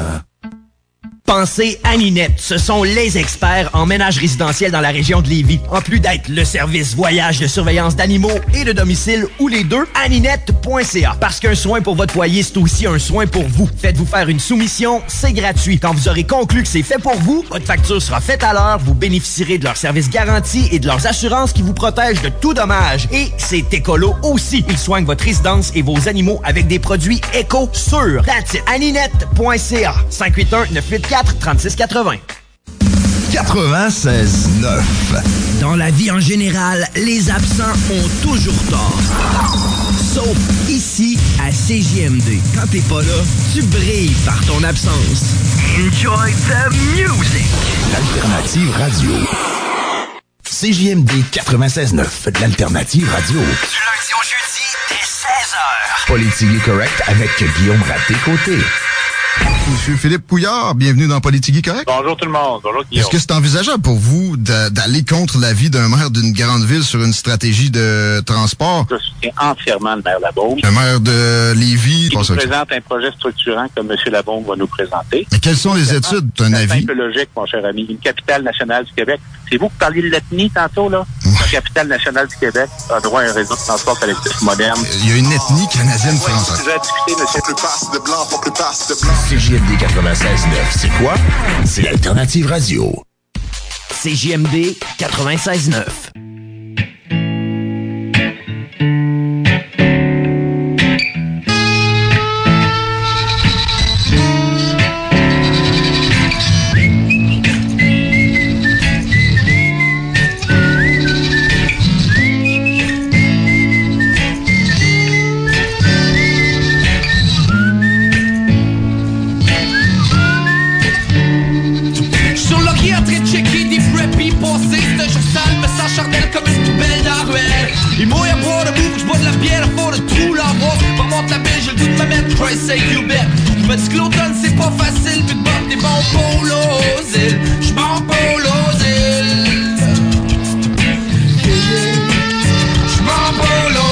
Speaker 14: Pensez à Ninette. Ce sont les experts en ménage résidentiel dans la région de Lévis. En plus d'être le service voyage de surveillance d'animaux et de domicile ou les deux, aninette.ca. Parce qu'un soin pour votre foyer, c'est aussi un soin pour vous. Faites-vous faire une soumission, c'est gratuit. Quand vous aurez conclu que c'est fait pour vous, votre facture sera faite à l'heure, vous bénéficierez de leurs services garantis et de leurs assurances qui vous protègent de tout dommage. Et c'est écolo aussi. Ils soignent votre résidence et vos animaux avec des produits éco sûrs. That's it. aninette.ca. 581 984 3680
Speaker 17: 96.9
Speaker 14: Dans la vie en général, les absents ont toujours tort.
Speaker 22: Sauf ici, à CJMD. Quand t'es pas là, tu brilles par ton absence.
Speaker 23: Enjoy the music.
Speaker 24: L'alternative radio. CJMD 96.9, de l'alternative radio.
Speaker 23: Du lundi au jeudi, dès 16h.
Speaker 24: Politique correct avec Guillaume Raté-Côté.
Speaker 13: Monsieur Philippe Pouillard, bienvenue dans Politique Correct.
Speaker 1: Bonjour tout le monde. Bonjour Guillaume.
Speaker 13: Est-ce que c'est envisageable pour vous d'a- d'aller contre l'avis d'un maire d'une grande ville sur une stratégie de transport?
Speaker 1: Je soutiens entièrement le maire Labaume.
Speaker 13: Le maire de Lévis,
Speaker 1: Il nous
Speaker 13: pense à ça.
Speaker 1: présente un projet structurant que M. Labaume va nous présenter.
Speaker 13: Mais quelles sont les études, un
Speaker 1: C'est
Speaker 13: avis?
Speaker 1: simple logique, mon cher ami. Une capitale nationale du Québec. C'est vous qui parliez de l'ethnie tantôt, là? La capitale nationale du Québec a droit à un réseau de transport collectif moderne.
Speaker 13: Il y a une ethnie canadienne française.
Speaker 1: Déjà discuté, monsieur.
Speaker 25: Plus passe de blanc pour plus passe de blanc.
Speaker 24: CJMD 96.9, c'est quoi? C'est l'alternative radio.
Speaker 14: CJMD 96.9.
Speaker 12: Sur le qui en train de checker des frappis passés C'est un jour sale, mais ça chardelle comme une poubelle dans la ruelle Il mouille à boire debout, je bois de la bière au fond de tout l'envoi Pas monte la belle, j'ai le goût de me mettre Christ you bet Je me dis que l'automne c'est pas facile, puis de battre des bons polos îles J'suis bon polos îles J'suis bon polos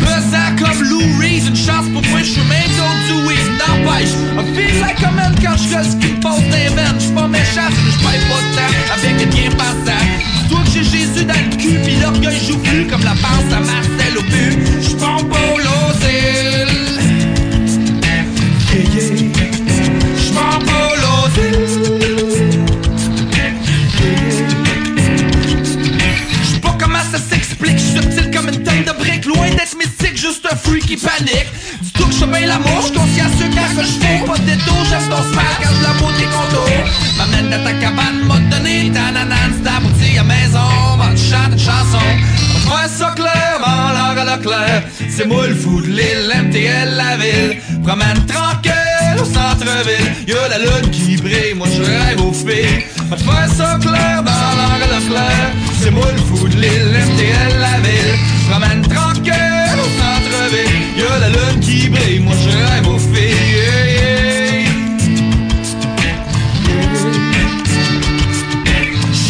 Speaker 12: Pesant comme Lou Reed, une chance pour moi, je suis même don't do it, n'empêche I feel like a man quand je fais ce qui me passe des veines J'suis pas méchant, mais j'paye pas de temps avec des bien passants Dis-toi que j'ai Jésus dans le cul, pis l'orgueil joue plus Comme la passe à Marcel au but, j'suis bon pour l'osile Yeah, yeah, j'suis bon pour l'osile J'sais pas comment ça s'explique, j'suis subtil comme une tonne de briques, loin d'être mystique, juste un fruit qui panique. Du tout que j'fais bien l'amour, j'suis conscient ce qu'à que j'fais, pas de détour, j'aime ton smile quand la peau des contours. M'amène dans ta cabane, m'a donné ta nanane, c'est ta boutique à maison, m'a chante une chanson. On va faire ça clairement, l'heure à la claire, c'est moi le fou de l'île, MTL la ville. Promène tranquille au centre-ville, y'a la lune qui brille, moi je rêve aux filles. On va faire ça clairement, l'heure à la claire, c'est moi le fou de l'île, MTL la ville. Promène tranquille au centre-ville, y'a la lune qui brille, moi je rêve aux filles. Yeah, yeah.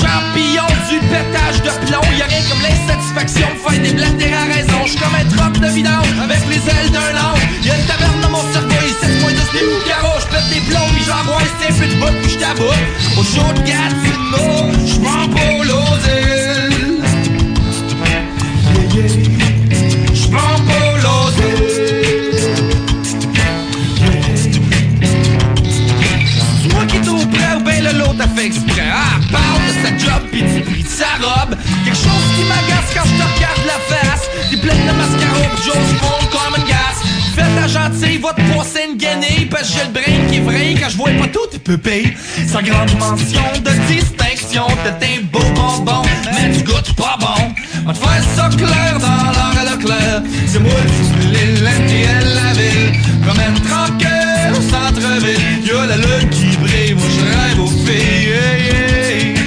Speaker 12: Champignon du pétage de plomb, y'a rien comme l'insatisfaction de faire des blagues des rares raisons. J'suis comme un troc de vidange avec les ailes d'un ange. Y'a une taverne dans mon cerveau, et 7 points de stéo caro. J'pète des plombs, pis j'envoie un step de bout, pis j'taboute. Au chaud de Gatineau, j'm'en pour l'osile. Yeah, yeah. J'm'en pour l'osile. C'est Moi qui est au près ou ben le lot t'as fait exprès Ah, elle parle de sa job pis du prix de sa robe Quelque chose qui m'agace quand je te regarde la face T'es pleine de mascara pis j'ose fondre comme une gasse Fais ta gentille, va te poisser une guenille Parce que j'ai le brain qui vrille quand je vois pas tout tes pupilles Sans grande mention de distinction T'es un beau bonbon, mais tu goûtes pas bon On te fait ça clair dans l'heure à l'heure C'est moi le fou de l'île, MTL la ville Promène tranquille au centre-ville Y'a la lune qui brille, moi je rêve aux filles yeah, yeah.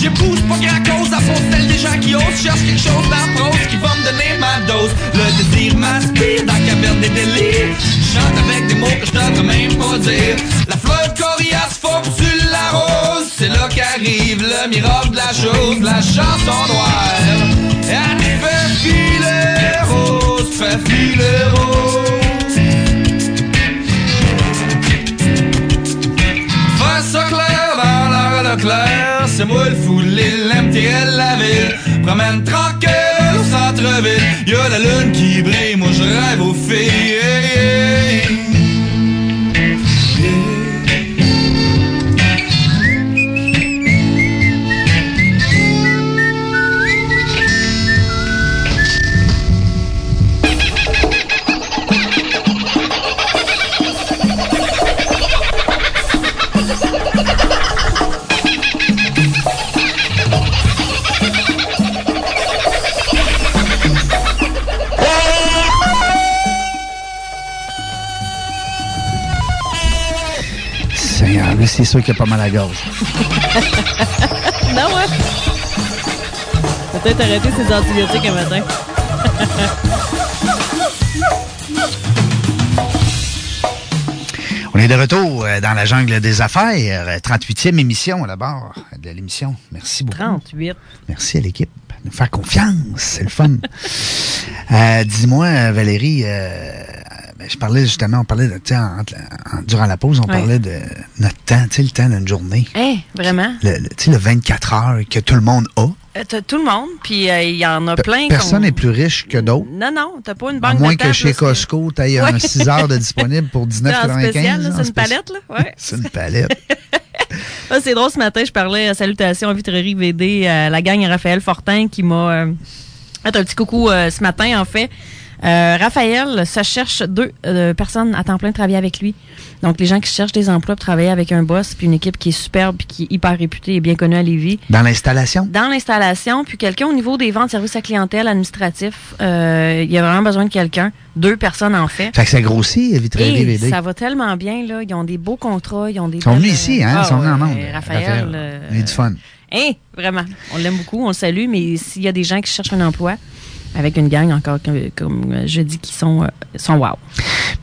Speaker 12: J'épouse pas grand cause à fond celle des gens qui osent Cherche quelque chose dans la prose qui va me donner ma dose Le désir m'aspire dans la caverne des délires Chante avec des mots que je devrais même pas dire La fleur de coriace faut que tu l'arroses C'est là qu'arrive le miracle de la chose La chanson noire Elle fait filer rose, fait filer rose Faire ça clair dans l'heure à clair, c'est moi le fou de l'île, MTL la ville. Promène tranquille au centre-ville, y'a la lune qui brille, moi je rêve aux filles. Yeah, yeah.
Speaker 2: Seigneur, là, c'est sûr qu'il y a pas mal à gauche.
Speaker 3: non, ouais. Peut-être arrêter ses antibiotiques un matin.
Speaker 2: On est de retour euh, dans la jungle des affaires, euh, 38e émission à la barre de l'émission. Merci beaucoup.
Speaker 3: 38.
Speaker 2: Merci à l'équipe de nous faire confiance, c'est le fun. Euh, Dis-moi, Valérie, euh, ben, je parlais justement, on parlait de, tu sais, entre- en- durant la pause, on
Speaker 3: Ouais.
Speaker 2: parlait de notre temps, tu sais, le temps d'une journée.
Speaker 3: Eh, vraiment?
Speaker 2: Le, le- tu sais, le 24 heures que tout le monde a.
Speaker 3: Euh, T'as tout le monde, puis euh, il y en a
Speaker 13: Pe-
Speaker 3: plein.
Speaker 2: Personne
Speaker 3: qu'on-
Speaker 2: n'est plus riche que d'autres.
Speaker 3: Non, non, t'as pas une
Speaker 2: À
Speaker 3: banque
Speaker 2: moins
Speaker 3: de temps
Speaker 2: que chez
Speaker 3: plus
Speaker 2: Costco, tu aies un
Speaker 3: Ouais.
Speaker 2: 6 heures de disponible pour
Speaker 3: En
Speaker 2: 19,95.
Speaker 3: spécial, là,
Speaker 2: en
Speaker 3: c'est une
Speaker 2: spécial.
Speaker 3: palette, là. Ouais.
Speaker 2: C'est une palette.
Speaker 3: Ah, c'est drôle, ce matin, je parlais à Salutations Vitrerie VD à la gang à Raphaël Fortin qui m'a euh, fait un petit coucou euh, ce matin, en fait. Euh, Raphaël, ça cherche deux euh, personnes à temps plein de travailler avec lui. Donc, les gens qui cherchent des emplois pour travailler avec un boss, puis une équipe qui est superbe, puis qui est hyper réputée et bien connue à Lévis.
Speaker 2: Dans l'installation?
Speaker 3: Dans l'installation, puis quelqu'un au niveau des ventes, services à clientèle, administratif, euh, il y a vraiment besoin de quelqu'un. Deux personnes, en fait.
Speaker 2: Fait que ça grossit, Vitrerie
Speaker 3: Et
Speaker 2: VD.
Speaker 3: ça va tellement bien, là. Ils ont des beaux contrats, ils ont des.
Speaker 2: Ils sont venus
Speaker 3: belles,
Speaker 2: ici,
Speaker 3: euh,
Speaker 2: hein?
Speaker 3: ah
Speaker 2: Ils sont venus en
Speaker 3: ouais,
Speaker 2: nombre.
Speaker 3: Raphaël.
Speaker 2: Raphaël.
Speaker 3: euh,
Speaker 2: Il y a du fun.
Speaker 3: hein, vraiment. On l'aime beaucoup, on le salue, mais s'il y a des gens qui cherchent un emploi, avec une gang encore, comme, comme, euh, je dis, qui sont, euh, sont wow.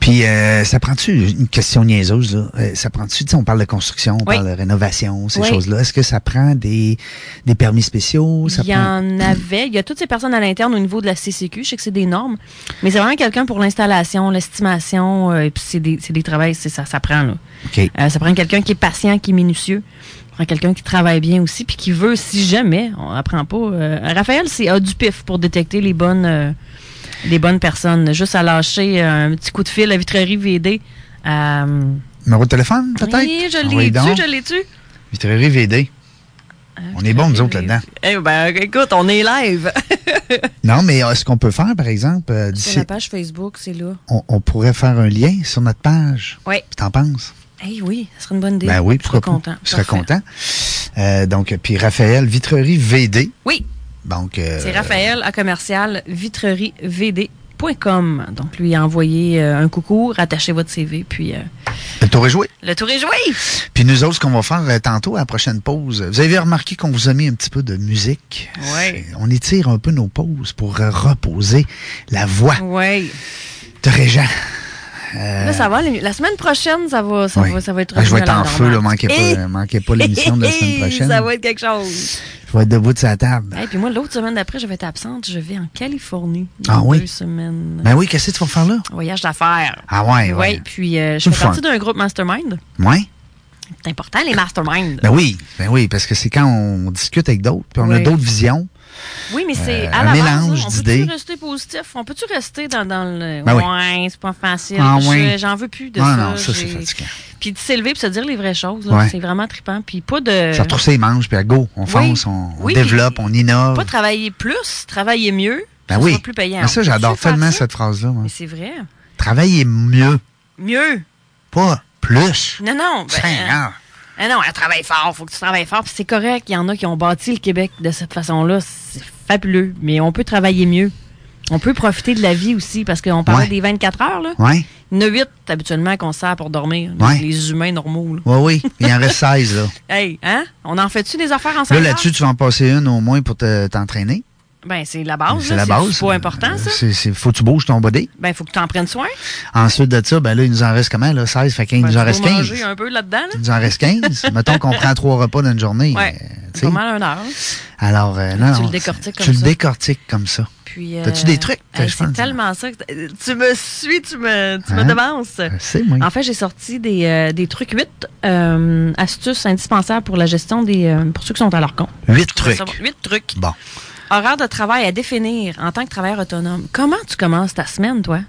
Speaker 2: Puis, euh, ça prend-tu, une question niaiseuse, là, euh, ça prend-tu, tu sais, on parle de construction, on
Speaker 3: Oui.
Speaker 2: parle de rénovation, ces
Speaker 3: Oui.
Speaker 2: choses-là. Est-ce que ça prend des, des permis spéciaux? Ça
Speaker 3: Il y
Speaker 2: prend...
Speaker 3: en avait. Il y a toutes ces personnes à l'interne au niveau de la CCQ. Je sais que c'est des normes, mais c'est vraiment quelqu'un pour l'installation, l'estimation, euh, et puis c'est des, c'est des travails, c'est ça, ça prend, là.
Speaker 2: OK.
Speaker 3: Euh, ça prend quelqu'un qui est patient, qui est minutieux. Ça prend quelqu'un qui travaille bien aussi, puis qui veut, si jamais, on apprend pas. euh, Raphaël, c'est a du pif pour détecter les bonnes, euh, les bonnes personnes. Juste à lâcher euh, un petit coup de fil à Vitrerie VD. euh,
Speaker 2: Numéro de téléphone, peut-être?
Speaker 3: oui, je
Speaker 2: Envoyez
Speaker 3: l'ai
Speaker 2: donc.
Speaker 3: tu, je Ah, l'ai tu.
Speaker 2: Vitrerie VD. on est bons, nous autres, là-dedans.
Speaker 3: Eh ben, écoute, on est live.
Speaker 2: Non, mais euh, ce qu'on peut faire, par exemple, euh,
Speaker 3: Sur
Speaker 2: d'ici,
Speaker 3: la page Facebook, c'est là.
Speaker 2: on, on pourrait faire un lien sur notre page.
Speaker 3: Oui.
Speaker 2: T'en penses?
Speaker 3: Eh oui, ça serait une bonne idée.
Speaker 2: Ben oui,
Speaker 3: je serais
Speaker 2: pourquoi pas?
Speaker 3: content.
Speaker 2: Je serais
Speaker 3: Parfait.
Speaker 2: content. Euh, donc, puis Raphaël, Vitrerie VD.
Speaker 3: Oui,
Speaker 2: Donc, euh,
Speaker 3: c'est Raphaël à commercial vitrerievd.com. Donc, lui, envoyez euh, un coucou, rattachez votre CV, puis euh,
Speaker 2: le tour est joué.
Speaker 3: le tour est joué.
Speaker 2: Puis nous autres, ce qu'on va faire euh, tantôt à la prochaine pause, vous avez remarqué qu'on vous a mis un petit peu de musique.
Speaker 3: Ouais.
Speaker 2: C'est- On étire un peu nos pauses pour euh, reposer la voix
Speaker 3: Oui.
Speaker 2: de Régent. Euh,
Speaker 3: Là, ça va. les- La semaine prochaine, ça va, ça
Speaker 2: oui.
Speaker 3: va, ça va être
Speaker 2: Ah, je vais
Speaker 3: revenu
Speaker 2: être
Speaker 3: à la
Speaker 2: en feu, là,
Speaker 3: normale.
Speaker 2: manquez
Speaker 3: Eh!
Speaker 2: pas, euh, manquez pas l'émission de la semaine prochaine.
Speaker 3: ça va être quelque chose.
Speaker 2: Je vais être debout de sa table.
Speaker 3: Et puis moi, l'autre semaine d'après, je vais être absente. Je vais en Californie.
Speaker 2: Ah oui?
Speaker 3: Deux semaines.
Speaker 2: Ben oui, qu'est-ce que tu vas faire là?
Speaker 3: Voyage d'affaires.
Speaker 2: Ah ouais, ouais.
Speaker 3: Oui, puis euh, je
Speaker 2: Tout
Speaker 3: fais partie
Speaker 2: fun.
Speaker 3: d'un groupe mastermind.
Speaker 2: Ouais?
Speaker 3: C'est important, les masterminds.
Speaker 2: Ben oui, ben oui, parce que c'est quand on discute avec d'autres, puis on a
Speaker 3: Oui.
Speaker 2: d'autres visions.
Speaker 3: Oui, mais c'est
Speaker 2: Euh,
Speaker 3: à
Speaker 2: un
Speaker 3: la
Speaker 2: mélange
Speaker 3: base, là, On
Speaker 2: d'idées.
Speaker 3: peut-tu rester positif? On peut-tu rester dans, dans le.
Speaker 2: Ben oui.
Speaker 3: ouais, c'est pas facile.
Speaker 2: Ah
Speaker 3: Je-
Speaker 2: oui.
Speaker 3: J'en veux plus de
Speaker 2: Ah
Speaker 3: ça.
Speaker 2: non, ça, c'est
Speaker 3: j'ai-
Speaker 2: fatigant.
Speaker 3: Puis de s'élever puis se dire les vraies choses, là,
Speaker 2: Ouais.
Speaker 3: c'est vraiment trippant. Puis pas de.
Speaker 2: Ça retrousse ses manches, puis à go, on
Speaker 3: Oui.
Speaker 2: fonce, on, on
Speaker 3: euh, Oui,
Speaker 2: développe, on innove.
Speaker 3: Pas travailler plus, travailler mieux.
Speaker 2: ben
Speaker 3: ça
Speaker 2: oui.
Speaker 3: sera plus payant.
Speaker 2: Mais ça,
Speaker 3: On
Speaker 2: j'adore
Speaker 3: peut-tu faire
Speaker 2: tellement
Speaker 3: ça?
Speaker 2: cette phrase-là. moi.
Speaker 3: Mais c'est vrai.
Speaker 2: Travailler mieux,
Speaker 3: Mieux.
Speaker 2: pas plus.
Speaker 3: Non, non. Ben,
Speaker 2: Seigneur.
Speaker 3: euh, euh, non, elle travaille fort. Faut que tu travailles fort. Puis c'est correct. Il y en a qui ont bâti le Québec de cette façon-là. C'est fabuleux. Mais on peut travailler mieux. On peut profiter de la vie aussi parce qu'on parlait
Speaker 2: Ouais.
Speaker 3: des 24 heures, là.
Speaker 2: Ouais.
Speaker 3: Il y en a 8 habituellement qu'on sert pour dormir.
Speaker 2: Ouais.
Speaker 3: Les- Les humains normaux. là.
Speaker 2: Ouais, oui, il en reste 16, là.
Speaker 3: Hey, hein? On en fait-tu des affaires
Speaker 2: Là,
Speaker 3: ensemble?
Speaker 2: là-dessus, tu vas en passer une au moins pour te- t'entraîner.
Speaker 3: Ben, c'est la base.
Speaker 2: C'est
Speaker 3: là.
Speaker 2: la base. Euh,
Speaker 3: C'est pas important, ça.
Speaker 2: C'est, c'est- faut que tu bouges ton body.
Speaker 3: Ben, faut que tu en prennes soin.
Speaker 2: Ensuite de ça, ben là, il nous en reste comment, là? 16, fait qu'il
Speaker 3: Ben,
Speaker 2: nous en
Speaker 3: tu
Speaker 2: reste
Speaker 3: dois
Speaker 2: 15.
Speaker 3: manger un peu là-dedans, là.
Speaker 2: Il nous en reste 15. Mettons qu'on prend trois repas dans une journée. euh,
Speaker 3: Ouais.
Speaker 2: tu sais.
Speaker 3: Pas mal un heure. là.
Speaker 2: Alors, euh, non,
Speaker 3: Tu le
Speaker 2: non,
Speaker 3: décortiques
Speaker 2: tu
Speaker 3: comme
Speaker 2: le
Speaker 3: ça.
Speaker 2: décortiques comme ça.
Speaker 3: Puis,
Speaker 2: T'as-tu
Speaker 3: euh,
Speaker 2: des trucs?
Speaker 3: hey,
Speaker 2: Je
Speaker 3: c'est
Speaker 2: pense-
Speaker 3: tellement ça. que- euh, Tu me suis, tu me, tu me
Speaker 2: Hein?
Speaker 3: devances.
Speaker 2: sais, moi.
Speaker 3: En fait, j'ai sorti des, euh, des trucs 8 euh, astuces indispensables pour la gestion des. euh, pour ceux qui sont à leur compte.
Speaker 2: Huit
Speaker 3: Je veux
Speaker 2: trucs.
Speaker 3: savoir- Huit trucs.
Speaker 2: Bon.
Speaker 3: Horaire de travail à définir en tant que travailleur autonome. Comment tu commences ta semaine, toi?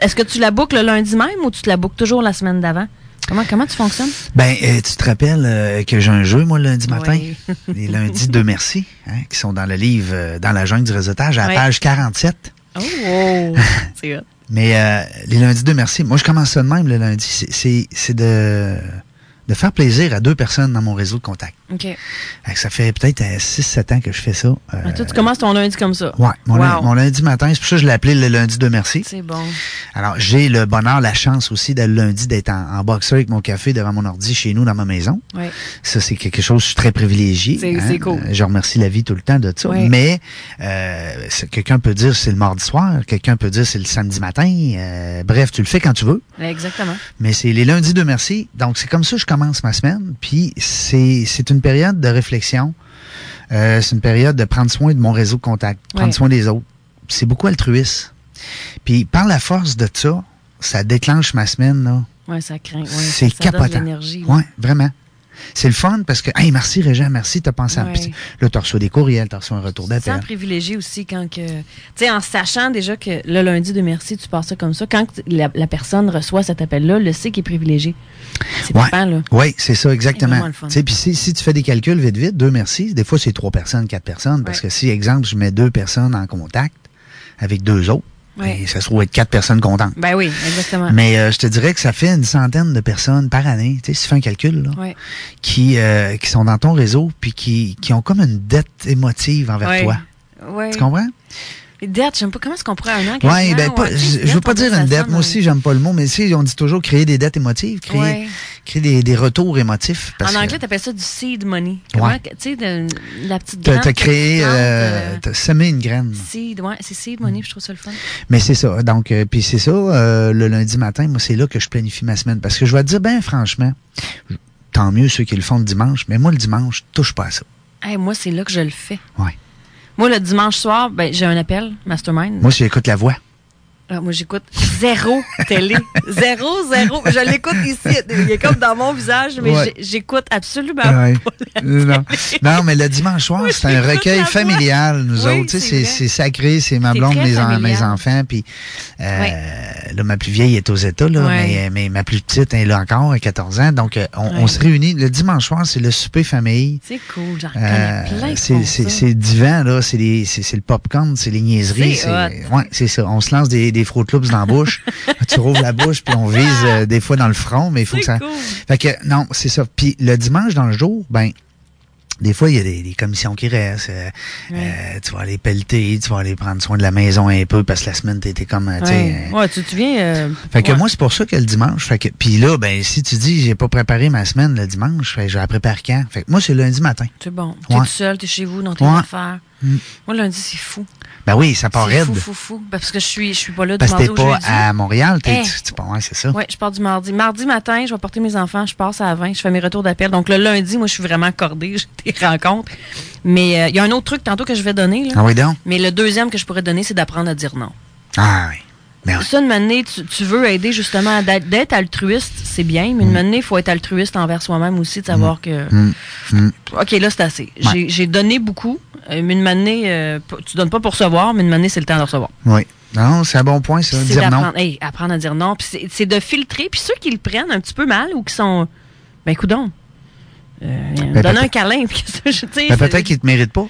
Speaker 3: Est-ce que tu la boucles le lundi même ou tu te la boucles toujours la semaine d'avant? Comment, comment tu fonctionnes?
Speaker 2: Ben, euh, tu te rappelles euh, que j'ai un jeu, moi, le lundi matin?
Speaker 3: Oui.
Speaker 2: Les lundis de merci, hein, qui sont dans le livre euh, Dans la jungle du réseautage, à la
Speaker 3: Ouais.
Speaker 2: page 47.
Speaker 3: Oh, wow. c'est hot.
Speaker 2: Mais euh, les lundis de merci, moi, je commence ça de même le lundi. C'est- C'est c'est de, de faire plaisir à deux personnes dans mon réseau de contact.
Speaker 3: OK.
Speaker 2: Fait que ça fait peut-être 6-7 ans que je fais ça. Euh,
Speaker 3: Ah, Euh, toi, tu commences ton lundi comme ça.
Speaker 2: ouais, mon,
Speaker 3: Wow.
Speaker 2: lundi, mon lundi matin, c'est pour ça que je l'appelais le lundi de merci.
Speaker 3: C'est bon.
Speaker 2: Alors, j'ai le bonheur, la chance aussi, d'être lundi, d'être en, en boxeur avec mon café devant mon ordi chez nous, dans ma maison.
Speaker 3: Ouais.
Speaker 2: Ça, c'est quelque chose, je suis très privilégié. hein.
Speaker 3: C'est- c'est cool.
Speaker 2: Je remercie la vie tout le temps de ça.
Speaker 3: Ouais.
Speaker 2: Mais euh, c'est- quelqu'un peut dire c'est le mardi soir, quelqu'un peut dire c'est le samedi matin. Euh, bref, tu le fais quand tu veux.
Speaker 3: Ben, Exactement.
Speaker 2: Mais c'est les lundis de merci. Donc, c'est comme ça que je commence ma semaine. Puis, c'est c'est une période de réflexion. Euh, c'est une période de prendre soin de mon réseau de contact, prendre
Speaker 21: Ouais.
Speaker 2: soin des autres. C'est beaucoup altruiste. Puis, par la force de ça, ça déclenche ma semaine. là.
Speaker 3: Ouais, ça craint. Ouais,
Speaker 2: c'est
Speaker 3: ça donne de
Speaker 2: capotant.
Speaker 3: l'énergie, là.
Speaker 2: Oui, vraiment. C'est le fun parce que, hey, merci Régent, merci, t'as pensé à.
Speaker 3: Ouais.
Speaker 2: Puis, Là, t'as reçu des courriels, t'as reçu un retour
Speaker 3: Tu te
Speaker 2: d'appel.
Speaker 3: sens privilégié aussi quand que. Tu sais, en sachant déjà que le lundi de merci, tu passes ça comme ça. Quand que la, la personne reçoit cet appel-là, le sait qu'il est privilégié. C'est
Speaker 2: Ouais.
Speaker 3: parfait, là.
Speaker 2: Oui, c'est ça,
Speaker 3: C'est
Speaker 2: exactement.
Speaker 3: vraiment le fun.
Speaker 2: Tu sais, Puis si, si tu fais des calculs vite, vite, deux merci, des fois c'est trois personnes, quatre personnes, parce que si, exemple, je mets deux personnes en contact avec deux autres,
Speaker 3: Ouais.
Speaker 2: ben, ça se trouve être quatre personnes contentes.
Speaker 3: Ben oui, exactement.
Speaker 2: Mais euh, je te dirais que ça fait une centaine de personnes par année, tu sais, si tu fais un calcul, là,
Speaker 3: Ouais.
Speaker 2: qui, euh, qui sont dans ton réseau, puis qui, qui ont comme une dette émotive envers
Speaker 3: Ouais.
Speaker 2: toi.
Speaker 3: Ouais.
Speaker 2: Tu comprends?
Speaker 3: Les dettes, je sais pas comment est-ce qu'on pourrait un an.
Speaker 2: Oui,
Speaker 3: quasiment,
Speaker 2: ben, pas,
Speaker 3: ouais, tu sais,
Speaker 2: je, je veux pas
Speaker 3: dettes, on
Speaker 2: dire
Speaker 3: ça
Speaker 2: une dette.
Speaker 3: sonne,
Speaker 2: Moi aussi, j'aime pas le mot, mais si on dit toujours créer des dettes émotives, créer,
Speaker 3: Ouais.
Speaker 2: créer des, des retours émotifs.
Speaker 3: En
Speaker 2: parce que-
Speaker 3: anglais, tu appelles ça du seed money. Comment,
Speaker 2: Ouais.
Speaker 3: que- tu sais, de- la petite
Speaker 2: T'as
Speaker 3: graine
Speaker 2: t'as
Speaker 3: que tu
Speaker 2: créé,
Speaker 3: plantes,
Speaker 2: euh,
Speaker 3: euh,
Speaker 2: t'as semé une graine.
Speaker 3: seed, ouais, c'est seed money, je trouve ça le fun.
Speaker 2: Mais c'est ça. Donc, euh, puis c'est ça, euh, le lundi matin, moi, c'est là que je planifie ma semaine. Parce que je vais te dire, ben franchement, je- tant mieux ceux qui le font le dimanche, mais moi, le dimanche, je touche pas à ça.
Speaker 3: Hey, moi, c'est là que je le fais.
Speaker 2: Ouais.
Speaker 3: Moi, le dimanche soir, ben, j'ai un appel, mastermind.
Speaker 2: Moi, si j'écoute la voix.
Speaker 3: Ah, moi, j'écoute zéro télé. zéro, zéro. Je l'écoute ici. Il est comme dans mon visage, mais
Speaker 2: Ouais. Euh,
Speaker 3: j'ai- j'écoute absolument
Speaker 2: Ouais.
Speaker 3: pas.
Speaker 2: non. Non, mais le dimanche soir, c'est un
Speaker 3: j'écoute la
Speaker 2: recueil
Speaker 3: voix.
Speaker 2: familial, nous
Speaker 3: Oui,
Speaker 2: autres. tu sais,
Speaker 3: c'est
Speaker 2: C'est
Speaker 3: vrai.
Speaker 2: c'est sacré, c'est ma
Speaker 3: C'est
Speaker 2: blonde,
Speaker 3: très
Speaker 2: mes, en-
Speaker 3: familial.
Speaker 2: mes enfants. Puis, euh,
Speaker 3: Ouais.
Speaker 2: là, ma plus vieille est aux États, là,
Speaker 3: Ouais.
Speaker 2: mais, mais ma plus petite elle est là encore, à 14 ans. Donc, euh, on, on
Speaker 3: Ouais.
Speaker 2: se réunit. Le dimanche soir, c'est le souper famille.
Speaker 3: C'est cool, j'en
Speaker 2: Euh,
Speaker 3: connais plein. qui
Speaker 2: c'est
Speaker 3: font
Speaker 2: c'est-
Speaker 3: ça.
Speaker 2: c'est divan, là. C'est les- c'est- c'est le popcorn, c'est les niaiseries.
Speaker 3: C'est
Speaker 2: C'est
Speaker 3: hot.
Speaker 2: ouais, c'est ça. On se lance des, des Froot Loops dans la bouche. tu rouvres la bouche, puis on vise euh, des fois dans le front, mais il faut
Speaker 3: C'est
Speaker 2: que ça.
Speaker 3: cool.
Speaker 2: Fait que, non, c'est ça. Puis le dimanche, dans le jour, ben. Des fois, il y a des, des commissions qui restent. euh, euh, tu vas aller pelleter, tu vas aller prendre soin de la maison un peu parce que la semaine, t'étais comme. euh, tu sais, euh,
Speaker 3: Ouais. Ouais, tu te souviens. euh,
Speaker 2: fait que
Speaker 3: ouais.
Speaker 2: moi, c'est pour ça que le dimanche. Fait que, puis là, ben, si tu dis, j'ai pas préparé ma semaine le dimanche, fait, que je la prépare quand? Fait que moi, c'est lundi matin.
Speaker 3: C'est bon. T'es
Speaker 2: Ouais.
Speaker 3: tout seul, t'es chez vous, dans tes
Speaker 2: Ouais.
Speaker 3: affaires.
Speaker 2: Mm.
Speaker 3: Moi, lundi, c'est fou.
Speaker 2: Ben oui, ça part
Speaker 3: C'est
Speaker 2: raide.
Speaker 3: fou, fou, fou. Ben, Parce que je suis, je suis pas là du
Speaker 2: Parce que
Speaker 3: mardi
Speaker 2: t'es
Speaker 3: au
Speaker 2: pas
Speaker 3: jeudi.
Speaker 2: à Montréal, t'es,
Speaker 3: Eh.
Speaker 2: tu, tu- ouais, c'est ça.
Speaker 3: Oui, je pars du mardi. Mardi matin, je vais porter mes enfants, je passe à 20, je fais mes retours d'appel. Donc le lundi, moi, je suis vraiment accordée, j'ai des rencontres. Mais euh, il y a un autre truc tantôt que je vais donner. là.
Speaker 2: Ah oui, donc?
Speaker 3: Mais le deuxième que je pourrais donner, c'est d'apprendre à dire non.
Speaker 2: Ah oui.
Speaker 3: Ça, une manée, tu, tu veux aider justement à d'être- d'être altruiste, c'est bien, mais une manée, il faut être altruiste envers soi-même aussi, de savoir que.
Speaker 2: Mm. Mm.
Speaker 3: OK, là, c'est assez.
Speaker 2: Ouais.
Speaker 3: J'ai- J'ai donné beaucoup, euh, mais une manée, euh, p- tu donnes pas pour recevoir, mais une manée, c'est le temps de recevoir.
Speaker 2: Oui. Non, c'est un bon point, ça,
Speaker 3: C'est
Speaker 2: dire non.
Speaker 3: d'apprendre- hey, apprendre à dire non. Puis c'est- c'est de filtrer. Puis ceux qui le prennent un petit peu mal ou qui sont. Ben, coudons. Euh,
Speaker 2: Ben,
Speaker 3: donne un
Speaker 2: peut-être-
Speaker 3: câlin. Puis que ça, je- tu sais,
Speaker 2: Ben,
Speaker 3: c'est-
Speaker 2: peut-être qu'ils te méritent pas.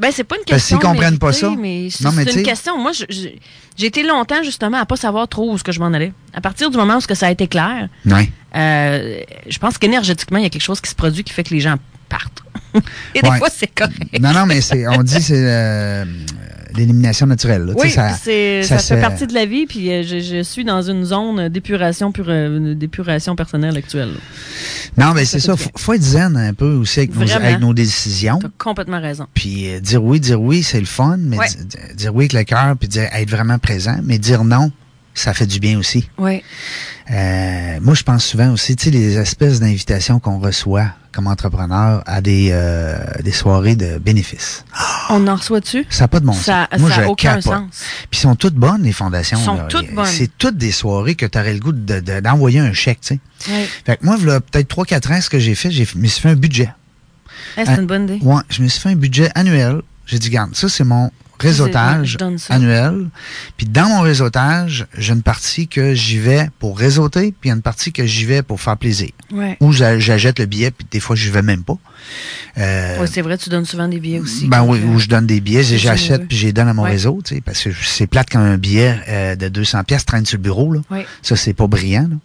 Speaker 3: ben, c'est pas une
Speaker 2: Parce
Speaker 3: question.
Speaker 2: qu'ils comprennent pas
Speaker 3: mériter,
Speaker 2: ça.
Speaker 3: Mais c'est
Speaker 2: Non, mais
Speaker 3: c'est
Speaker 2: tu
Speaker 3: une
Speaker 2: sais-
Speaker 3: question. Moi, je- je- j'ai été longtemps, justement, à pas savoir trop où ce que je m'en allais. À partir du moment où ce que ça a été clair,
Speaker 2: Oui.
Speaker 3: euh, je pense qu'énergétiquement, il y a quelque chose qui se produit qui fait que les gens partent. Et des
Speaker 2: Ouais.
Speaker 3: fois, c'est correct.
Speaker 2: Non, non, mais c'est, on dit c'est euh, euh, l'élimination naturelle. là. Tu sais,
Speaker 3: Oui,
Speaker 2: ça,
Speaker 3: c'est- ça,
Speaker 2: ça
Speaker 3: fait
Speaker 2: se-
Speaker 3: partie de la vie, puis euh, je, je suis dans une zone d'épuration pure, euh, d'épuration personnelle actuelle. là.
Speaker 2: Non, mais c'est ça. Faut, faut être zen un peu aussi avec, nos,
Speaker 3: Vraiment.
Speaker 2: avec nos décisions.
Speaker 3: Complètement raison.
Speaker 2: Puis euh, dire oui, dire oui, c'est le fun, mais
Speaker 3: Ouais.
Speaker 2: di- di- dire oui avec le cœur, puis dire être vraiment présent, mais dire non, ça fait du bien aussi.
Speaker 3: Oui.
Speaker 2: Euh, moi, je pense souvent aussi, tu sais, les espèces d'invitations qu'on reçoit comme entrepreneur à des, euh, des soirées de bénéfices.
Speaker 3: On en reçoit-tu?
Speaker 2: Ça n'a pas de bon
Speaker 3: Ça-
Speaker 2: sens. Moi,
Speaker 3: ça a
Speaker 2: je
Speaker 3: aucun
Speaker 2: capote.
Speaker 3: sens.
Speaker 2: Puis ils sont toutes bonnes, les fondations.
Speaker 3: Sont
Speaker 2: là.
Speaker 3: toutes
Speaker 2: Il-
Speaker 3: bonnes.
Speaker 2: C'est toutes des soirées que tu aurais le goût de- de- d'envoyer un chèque, tu sais.
Speaker 3: Oui.
Speaker 2: Fait que moi, voilà, peut-être 3-4 ans, ce que j'ai fait, j'ai- je me suis fait un budget.
Speaker 3: Eh, c'est
Speaker 2: Un-
Speaker 3: une bonne idée.
Speaker 2: Ouais, je me suis fait un budget annuel. J'ai dit, garde, ça, c'est mon réseautage
Speaker 3: je donne ça.
Speaker 2: annuel. Puis dans mon réseautage, j'ai une partie que j'y vais pour réseauter, puis il y a une partie que j'y vais pour faire plaisir.
Speaker 3: Ouais.
Speaker 2: Ou j'a- j'achète le billet, puis des fois, j'y vais même pas. Euh,
Speaker 3: Ouais, c'est vrai, tu donnes souvent des billets aussi.
Speaker 2: ben
Speaker 3: donc,
Speaker 2: oui,
Speaker 3: euh,
Speaker 2: où je donne des billets,
Speaker 3: c'est
Speaker 2: j'achète
Speaker 3: généreux.
Speaker 2: puis je les donne à mon
Speaker 3: Ouais.
Speaker 2: réseau, tu sais, parce que c'est plate quand un billet euh, de 200 pièces traîne sur le bureau là.
Speaker 3: Ouais.
Speaker 2: Ça c'est pas brillant. là.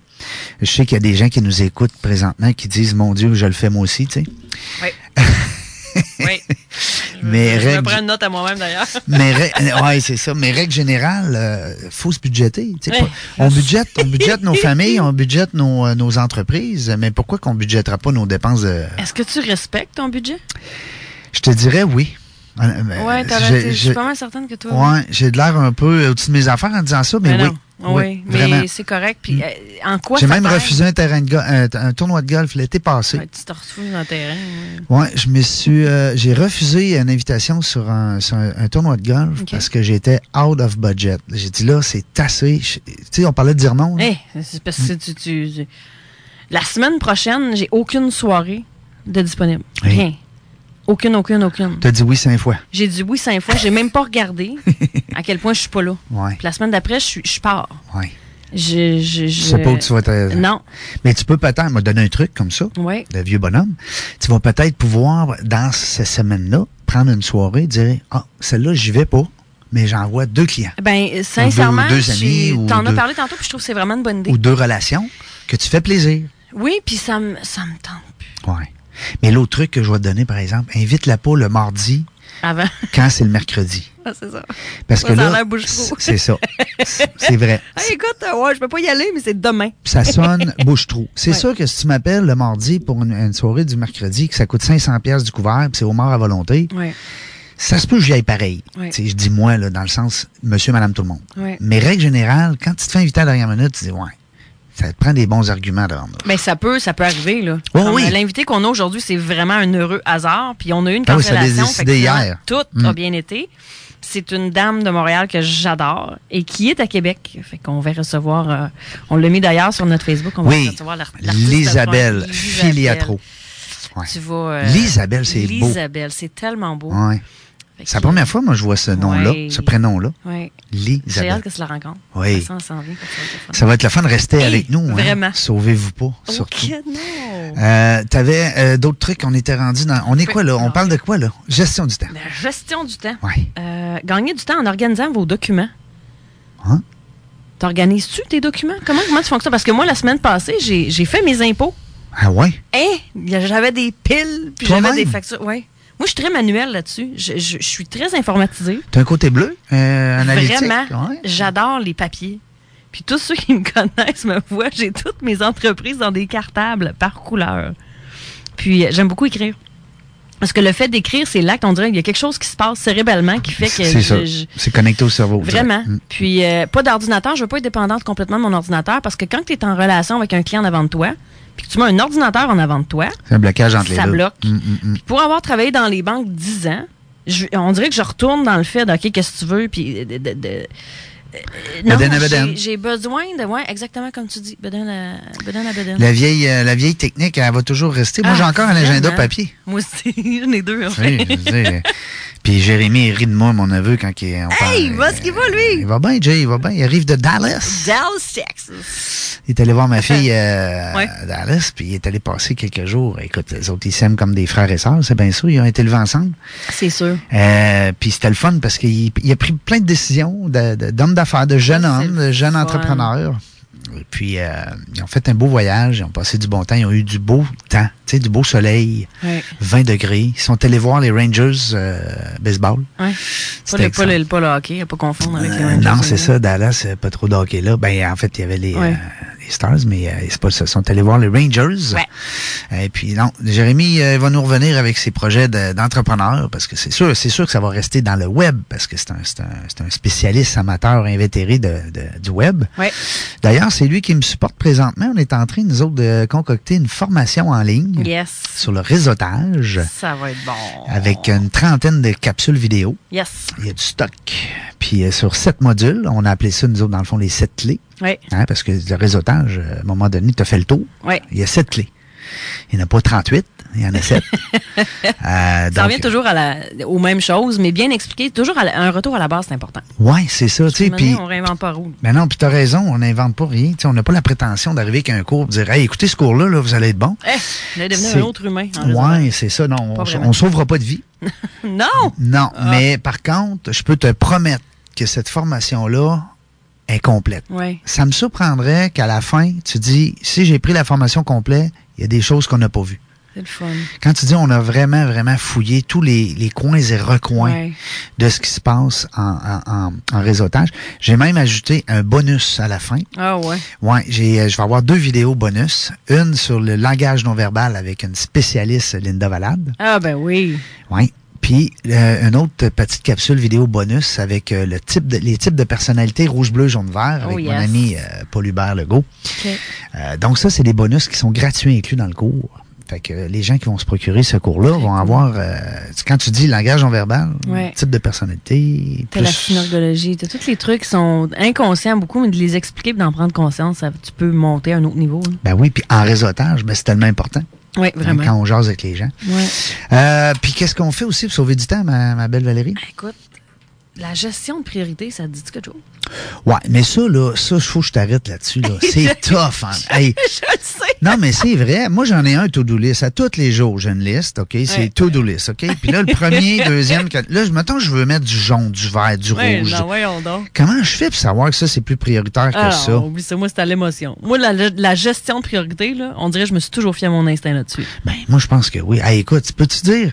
Speaker 2: Je sais qu'il y a des gens qui nous écoutent présentement qui disent mon Dieu, je le fais moi aussi, tu sais.
Speaker 3: Oui. Oui.
Speaker 2: Mais
Speaker 3: Je vais
Speaker 2: règle,
Speaker 3: prendre une note à moi-même d'ailleurs.
Speaker 2: mais rè- euh, ouais, c'est ça. Mais règle générale, euh, faut se budgéter. Tu sais,
Speaker 3: Ouais.
Speaker 2: pas- on budgète, on budgète nos familles, on budgète nos, euh, nos entreprises, mais pourquoi qu'on budgétera pas nos dépenses de-
Speaker 3: Est-ce que tu respectes ton budget?
Speaker 2: Je te dirais oui. Euh, mais
Speaker 3: Ouais, t'as-
Speaker 2: j'ai-
Speaker 3: t'es- je
Speaker 2: j'ai-
Speaker 3: suis pas mal certaine que toi. oui.
Speaker 2: Ouais, j'ai de l'air un peu euh, au-dessus de mes affaires en disant ça, mais,
Speaker 3: Mais
Speaker 2: oui.
Speaker 3: Mm-hmm. Ben non. Ah Oui,
Speaker 2: vraiment. Mm.
Speaker 3: mais c'est correct. Puis euh, en quoi
Speaker 2: J'ai
Speaker 3: ça
Speaker 2: même
Speaker 3: t'aide?
Speaker 2: refusé un, terrain de go- un, un tournoi de golf l'été passé.
Speaker 3: Ouais, tu te retrouves dans le terrain.
Speaker 2: Ouais, je me suis, euh, j'ai refusé une invitation sur un, sur un- un tournoi de golf parce que j'étais out of budget. J'ai dit là, c'est assez. Je- Tu sais, on parlait de dire non. là.
Speaker 3: Eh, c'est parce que tu, tu- tu- La semaine prochaine, j'ai aucune soirée de disponible.
Speaker 2: Oui.
Speaker 3: Rien. Aucune, aucune, aucune.
Speaker 2: T'as dit oui cinq fois.
Speaker 3: J'ai dit oui cinq fois. J'ai même pas regardé à quel point je suis pas là.
Speaker 2: Ouais.
Speaker 3: Puis la semaine d'après, je, suis- je pars.
Speaker 2: Ouais.
Speaker 3: Je, je,
Speaker 2: Je sais pas où tu vas te.
Speaker 3: Non.
Speaker 2: Mais tu peux peut-être me donner un truc comme ça.
Speaker 3: Oui.
Speaker 2: Le vieux bonhomme. Tu vas peut-être pouvoir, dans cette semaine-là, prendre une soirée, dire Ah, celle-là, j'y vais pas, mais j'envoie deux clients.
Speaker 3: Ben, sincèrement,
Speaker 2: deux
Speaker 3: j'ai-
Speaker 2: amis, ou
Speaker 3: t'en as
Speaker 2: deux-
Speaker 3: parlé tantôt, puis je trouve que c'est vraiment une bonne idée.
Speaker 2: Ou deux relations que tu fais plaisir.
Speaker 3: Oui, puis ça me ça me tente.
Speaker 2: Ouais. Mais l'autre truc que je vais te donner, par exemple, invite la peau le mardi
Speaker 3: Avant.
Speaker 2: quand c'est le mercredi.
Speaker 3: Ah, c'est ça.
Speaker 2: Parce
Speaker 3: Ça,
Speaker 2: que
Speaker 3: ça a
Speaker 2: là,
Speaker 3: l'air bouche-trou.
Speaker 2: c'est ça. C'est c'est vrai.
Speaker 3: Ah, écoute, euh, ouais, je peux pas y aller, mais c'est demain.
Speaker 2: Ça sonne bouche-trou. C'est
Speaker 3: Ouais.
Speaker 2: sûr que si tu m'appelles le mardi pour une, une soirée du mercredi, que ça coûte 500 pièces du couvert, puis c'est au mort à volonté,
Speaker 3: Ouais.
Speaker 2: ça se peut que j'y aille pareil.
Speaker 3: Ouais.
Speaker 2: Tu sais, Je dis moi, là, dans le sens monsieur, madame, tout le monde.
Speaker 3: Ouais.
Speaker 2: Mais règle générale, quand tu te fais inviter à la dernière minute, tu dis ouais, ça te prend des bons arguments de rendre.
Speaker 3: Mais Ben, ça peut, ça peut arriver, là.
Speaker 2: Oui,
Speaker 3: Comme,
Speaker 2: oui.
Speaker 3: euh, L'invité qu'on a aujourd'hui, c'est vraiment un heureux hasard. Puis on a eu une
Speaker 2: Ah oui, ça l'est
Speaker 3: constellation.
Speaker 2: décidé
Speaker 3: finalement,
Speaker 2: hier.
Speaker 3: Tout
Speaker 2: Mm.
Speaker 3: a bien été. C'est une dame de Montréal que j'adore et qui est à Québec. Fait qu'on va recevoir. euh, on l'a mis d'ailleurs sur notre Facebook. On va
Speaker 2: Oui,
Speaker 3: recevoir l'art- l'artiste
Speaker 2: l'Isabelle
Speaker 3: de-
Speaker 2: Filiatro. Ouais.
Speaker 3: Tu vas. euh,
Speaker 2: L'Isabelle, c'est beau.
Speaker 3: L'Isabelle, c'est tellement beau.
Speaker 2: Ouais. C'est la première fois, moi, je vois ce nom-là,
Speaker 3: Ouais.
Speaker 2: ce prénom-là.
Speaker 3: Ouais. J'ai
Speaker 2: L'Isabelle.
Speaker 3: hâte que tu la rencontres.
Speaker 2: Oui.
Speaker 3: Ça, on s'en vient, ça va être le fun.
Speaker 2: Ça va être le fun de rester
Speaker 3: Hey,
Speaker 2: avec nous. hein.
Speaker 3: Vraiment.
Speaker 2: Sauvez-vous pas, surtout.
Speaker 3: Ok, non.
Speaker 2: Euh, T'avais euh, d'autres trucs, on était rendu dans. On est
Speaker 3: Oui.
Speaker 2: quoi là? On parle de quoi là? Gestion du temps.
Speaker 3: La gestion du temps. Euh, gagner du temps en organisant vos documents.
Speaker 2: Hein?
Speaker 3: T'organises-tu tes documents? Comment, comment tu fonctionnes? Parce que moi, la semaine passée, j'ai j'ai fait mes impôts.
Speaker 2: Ah ouais?
Speaker 3: Hein? J'avais des piles, puis
Speaker 2: Toi-même?
Speaker 3: j'avais des factures. Ouais. Moi, je suis très manuelle là-dessus. Je, je- je suis très informatisée.
Speaker 2: T'as un côté bleu, euh, analytique.
Speaker 3: Vraiment,
Speaker 2: ouais.
Speaker 3: j'adore les papiers. Puis tous ceux qui me connaissent me voient, j'ai toutes mes entreprises dans des cartables par couleur. Puis euh, j'aime beaucoup écrire. Parce que le fait d'écrire, c'est là qu'on dirait qu'il y a quelque chose qui se passe cérébellement qui fait que
Speaker 2: C'est ça.
Speaker 3: je- je-
Speaker 2: C'est connecté au cerveau. je dirais.
Speaker 3: Vraiment.
Speaker 2: Mm.
Speaker 3: Puis, euh, pas d'ordinateur. Je veux pas être dépendante complètement de mon ordinateur parce que quand tu es en relation avec un client en avant de toi, puis que tu mets un ordinateur en avant de toi,
Speaker 2: C'est un blocage entre les deux.
Speaker 3: ça bloque.
Speaker 2: Mm, mm, mm.
Speaker 3: Puis pour avoir travaillé dans les banques 10 ans, je- on dirait que je retourne dans le fait de, OK, qu'est-ce que tu veux, puis de... de- de- euh, non,
Speaker 2: Bedaine à
Speaker 3: j'ai-
Speaker 2: bedaine.
Speaker 3: j'ai besoin de... Ouais, exactement comme tu dis. Bedaine à bedaine. à bedaine.
Speaker 2: La vieille, euh, la vieille technique, elle va toujours rester. Moi,
Speaker 3: Ah,
Speaker 2: j'ai encore un agenda
Speaker 3: vraiment.
Speaker 2: papier.
Speaker 3: Moi aussi, j'en ai deux. en
Speaker 2: Oui,
Speaker 3: fait.
Speaker 2: je veux dire, Puis Jérémy il rit de moi, mon neveu, quand il, on parle.
Speaker 3: hey, va ce qu'il va, lui!
Speaker 2: Il va bien, Jay, il va bien. Il arrive de Dallas.
Speaker 3: Dallas, Texas.
Speaker 2: Il est allé voir ma fille euh,
Speaker 3: Ouais.
Speaker 2: à Dallas, puis il est allé passer quelques jours. Écoute, les autres, ils s'aiment comme des frères et sœurs, c'est bien sûr. Ils ont été élevés ensemble.
Speaker 3: C'est sûr.
Speaker 2: Euh, puis c'était le fun parce qu'il il a pris plein de décisions de- de- d'hommes d'affaires, de jeunes hommes, de jeunes
Speaker 3: fun.
Speaker 2: entrepreneurs. Et puis, euh, ils ont fait un beau voyage, ils ont passé du bon temps, ils ont eu du beau temps, tu sais, du beau soleil,
Speaker 3: Ouais.
Speaker 2: 20 degrés. Ils sont allés voir les Rangers euh, baseball.
Speaker 3: Ouais. Pas,
Speaker 2: C'était
Speaker 3: le, pas, hein, le, pas le hockey, à pas confondre avec les
Speaker 2: Euh,
Speaker 3: Rangers,
Speaker 2: non, c'est
Speaker 3: là.
Speaker 2: ça, Dallas, euh, pas trop de hockey là. Ben, en fait, il y avait les,
Speaker 3: Ouais.
Speaker 2: euh, les Stars, mais euh, c'est pas ça. Ils sont allés voir les Rangers. Et puis, non, Jérémy euh, va nous revenir avec ses projets de- d'entrepreneur, parce que c'est sûr, c'est sûr que ça va rester dans le web, parce que c'est un, c'est un- c'est un spécialiste amateur invétéré de- de- du web.
Speaker 3: Ouais.
Speaker 2: D'ailleurs, c'est lui qui me supporte présentement. On est en train, nous autres, de concocter une formation en ligne
Speaker 3: Yes.
Speaker 2: sur le réseautage
Speaker 3: Ça va être bon.
Speaker 2: avec une trentaine de capsules vidéo.
Speaker 3: Yes.
Speaker 2: Il y a du stock. Puis euh, sur sept modules, on a appelé ça, nous autres, dans le fond, les sept clés.
Speaker 3: Oui.
Speaker 2: Hein, parce que le réseautage, euh, à un moment donné, tu as fait le tour.
Speaker 3: Ouais.
Speaker 2: Il y a sept clés. Il n'y en a pas 38, il y en a sept. Euh,
Speaker 3: Ça
Speaker 2: donc,
Speaker 3: revient toujours à la, aux mêmes choses, mais bien expliqué. Toujours à la- un retour à la base, c'est important.
Speaker 2: Ouais, c'est ça. Tu sais,
Speaker 3: Maintenant,
Speaker 2: puis
Speaker 3: on réinvente pas roue.
Speaker 2: Ben non, puis t'as raison, on n'invente pas rien. Tu sais, on n'a pas la prétention d'arriver avec un cours et de dire Hey, écoutez ce cours-là, là, vous allez être bon.
Speaker 3: Eh, on est devenu
Speaker 2: C'est-
Speaker 3: un autre humain. en raison.
Speaker 2: Ouais, c'est ça. Non,
Speaker 3: Pas
Speaker 2: on
Speaker 3: vraiment.
Speaker 2: ne sauvera pas de vie.
Speaker 3: Non!
Speaker 2: Non,
Speaker 3: Ah.
Speaker 2: mais par contre, je peux te promettre que cette formation-là est complète.
Speaker 3: Ouais.
Speaker 2: Ça me surprendrait qu'à la fin, tu dis si j'ai pris la formation complète, il y a des choses qu'on n'a pas vues.
Speaker 3: C'est le fun.
Speaker 2: Quand tu dis on a vraiment, vraiment fouillé tous les, les coins et recoins
Speaker 3: Ouais.
Speaker 2: de ce qui se passe en, en- en- en réseautage, j'ai même ajouté un bonus à la fin.
Speaker 3: Ah ouais.
Speaker 2: Ouais, j'ai, euh, je vais avoir deux vidéos bonus. Une sur le langage non-verbal avec une spécialiste, Linda Valade.
Speaker 3: Ah ben oui.
Speaker 2: Oui. Puis, euh, une autre petite capsule vidéo bonus avec euh, le type de- les types de personnalités rouge, bleu, jaune, vert
Speaker 3: Oh,
Speaker 2: avec mon
Speaker 3: yes.
Speaker 2: ami euh, Paul Hubert Legault.
Speaker 3: OK.
Speaker 2: Euh, donc, ça, c'est des bonus qui sont gratuits inclus dans le cours. Fait que euh, les gens qui vont se procurer ce cours-là vont avoir, euh, tu- quand tu dis langage non verbal,
Speaker 3: Ouais.
Speaker 2: type de personnalité,
Speaker 3: T'as la
Speaker 2: plus
Speaker 3: synergologie, t'as tous les trucs qui sont inconscients beaucoup, mais de les expliquer et d'en prendre conscience, ça- tu peux monter à un autre niveau. là.
Speaker 2: Ben oui, puis en réseautage, ben c'est tellement important.
Speaker 3: Oui,
Speaker 2: hein,
Speaker 3: vraiment.
Speaker 2: quand on jase avec les gens.
Speaker 3: Ouais.
Speaker 2: Euh, puis qu'est-ce qu'on fait aussi pour sauver du temps, ma, ma belle Valérie?
Speaker 3: Écoute, la gestion de priorité, ça te dit quelque chose?
Speaker 2: Ouais, mais ça, là, ça, il faut que je t'arrête là-dessus. Là. C'est tough. hein. Hey,
Speaker 3: Je le sais.
Speaker 2: Non, mais c'est vrai. Moi, j'en ai un to-do list. À tous les jours, j'ai une liste, OK? C'est
Speaker 3: Ouais.
Speaker 2: to-do list, OK? Puis là, le premier, deuxième, quatre- là, je- mettons, je veux mettre du jaune, du vert, du
Speaker 3: Ouais,
Speaker 2: rouge.
Speaker 3: non, voyons donc.
Speaker 2: Comment je fais pour savoir que ça, c'est plus prioritaire que
Speaker 3: Ah,
Speaker 2: ça?
Speaker 3: oublie ça, moi, c'est à l'émotion. Moi, la, la gestion de priorité, là, on dirait que je me suis toujours fié à mon instinct là-dessus.
Speaker 2: Ben, moi, je pense que oui. Hey, écoute, peux-tu dire?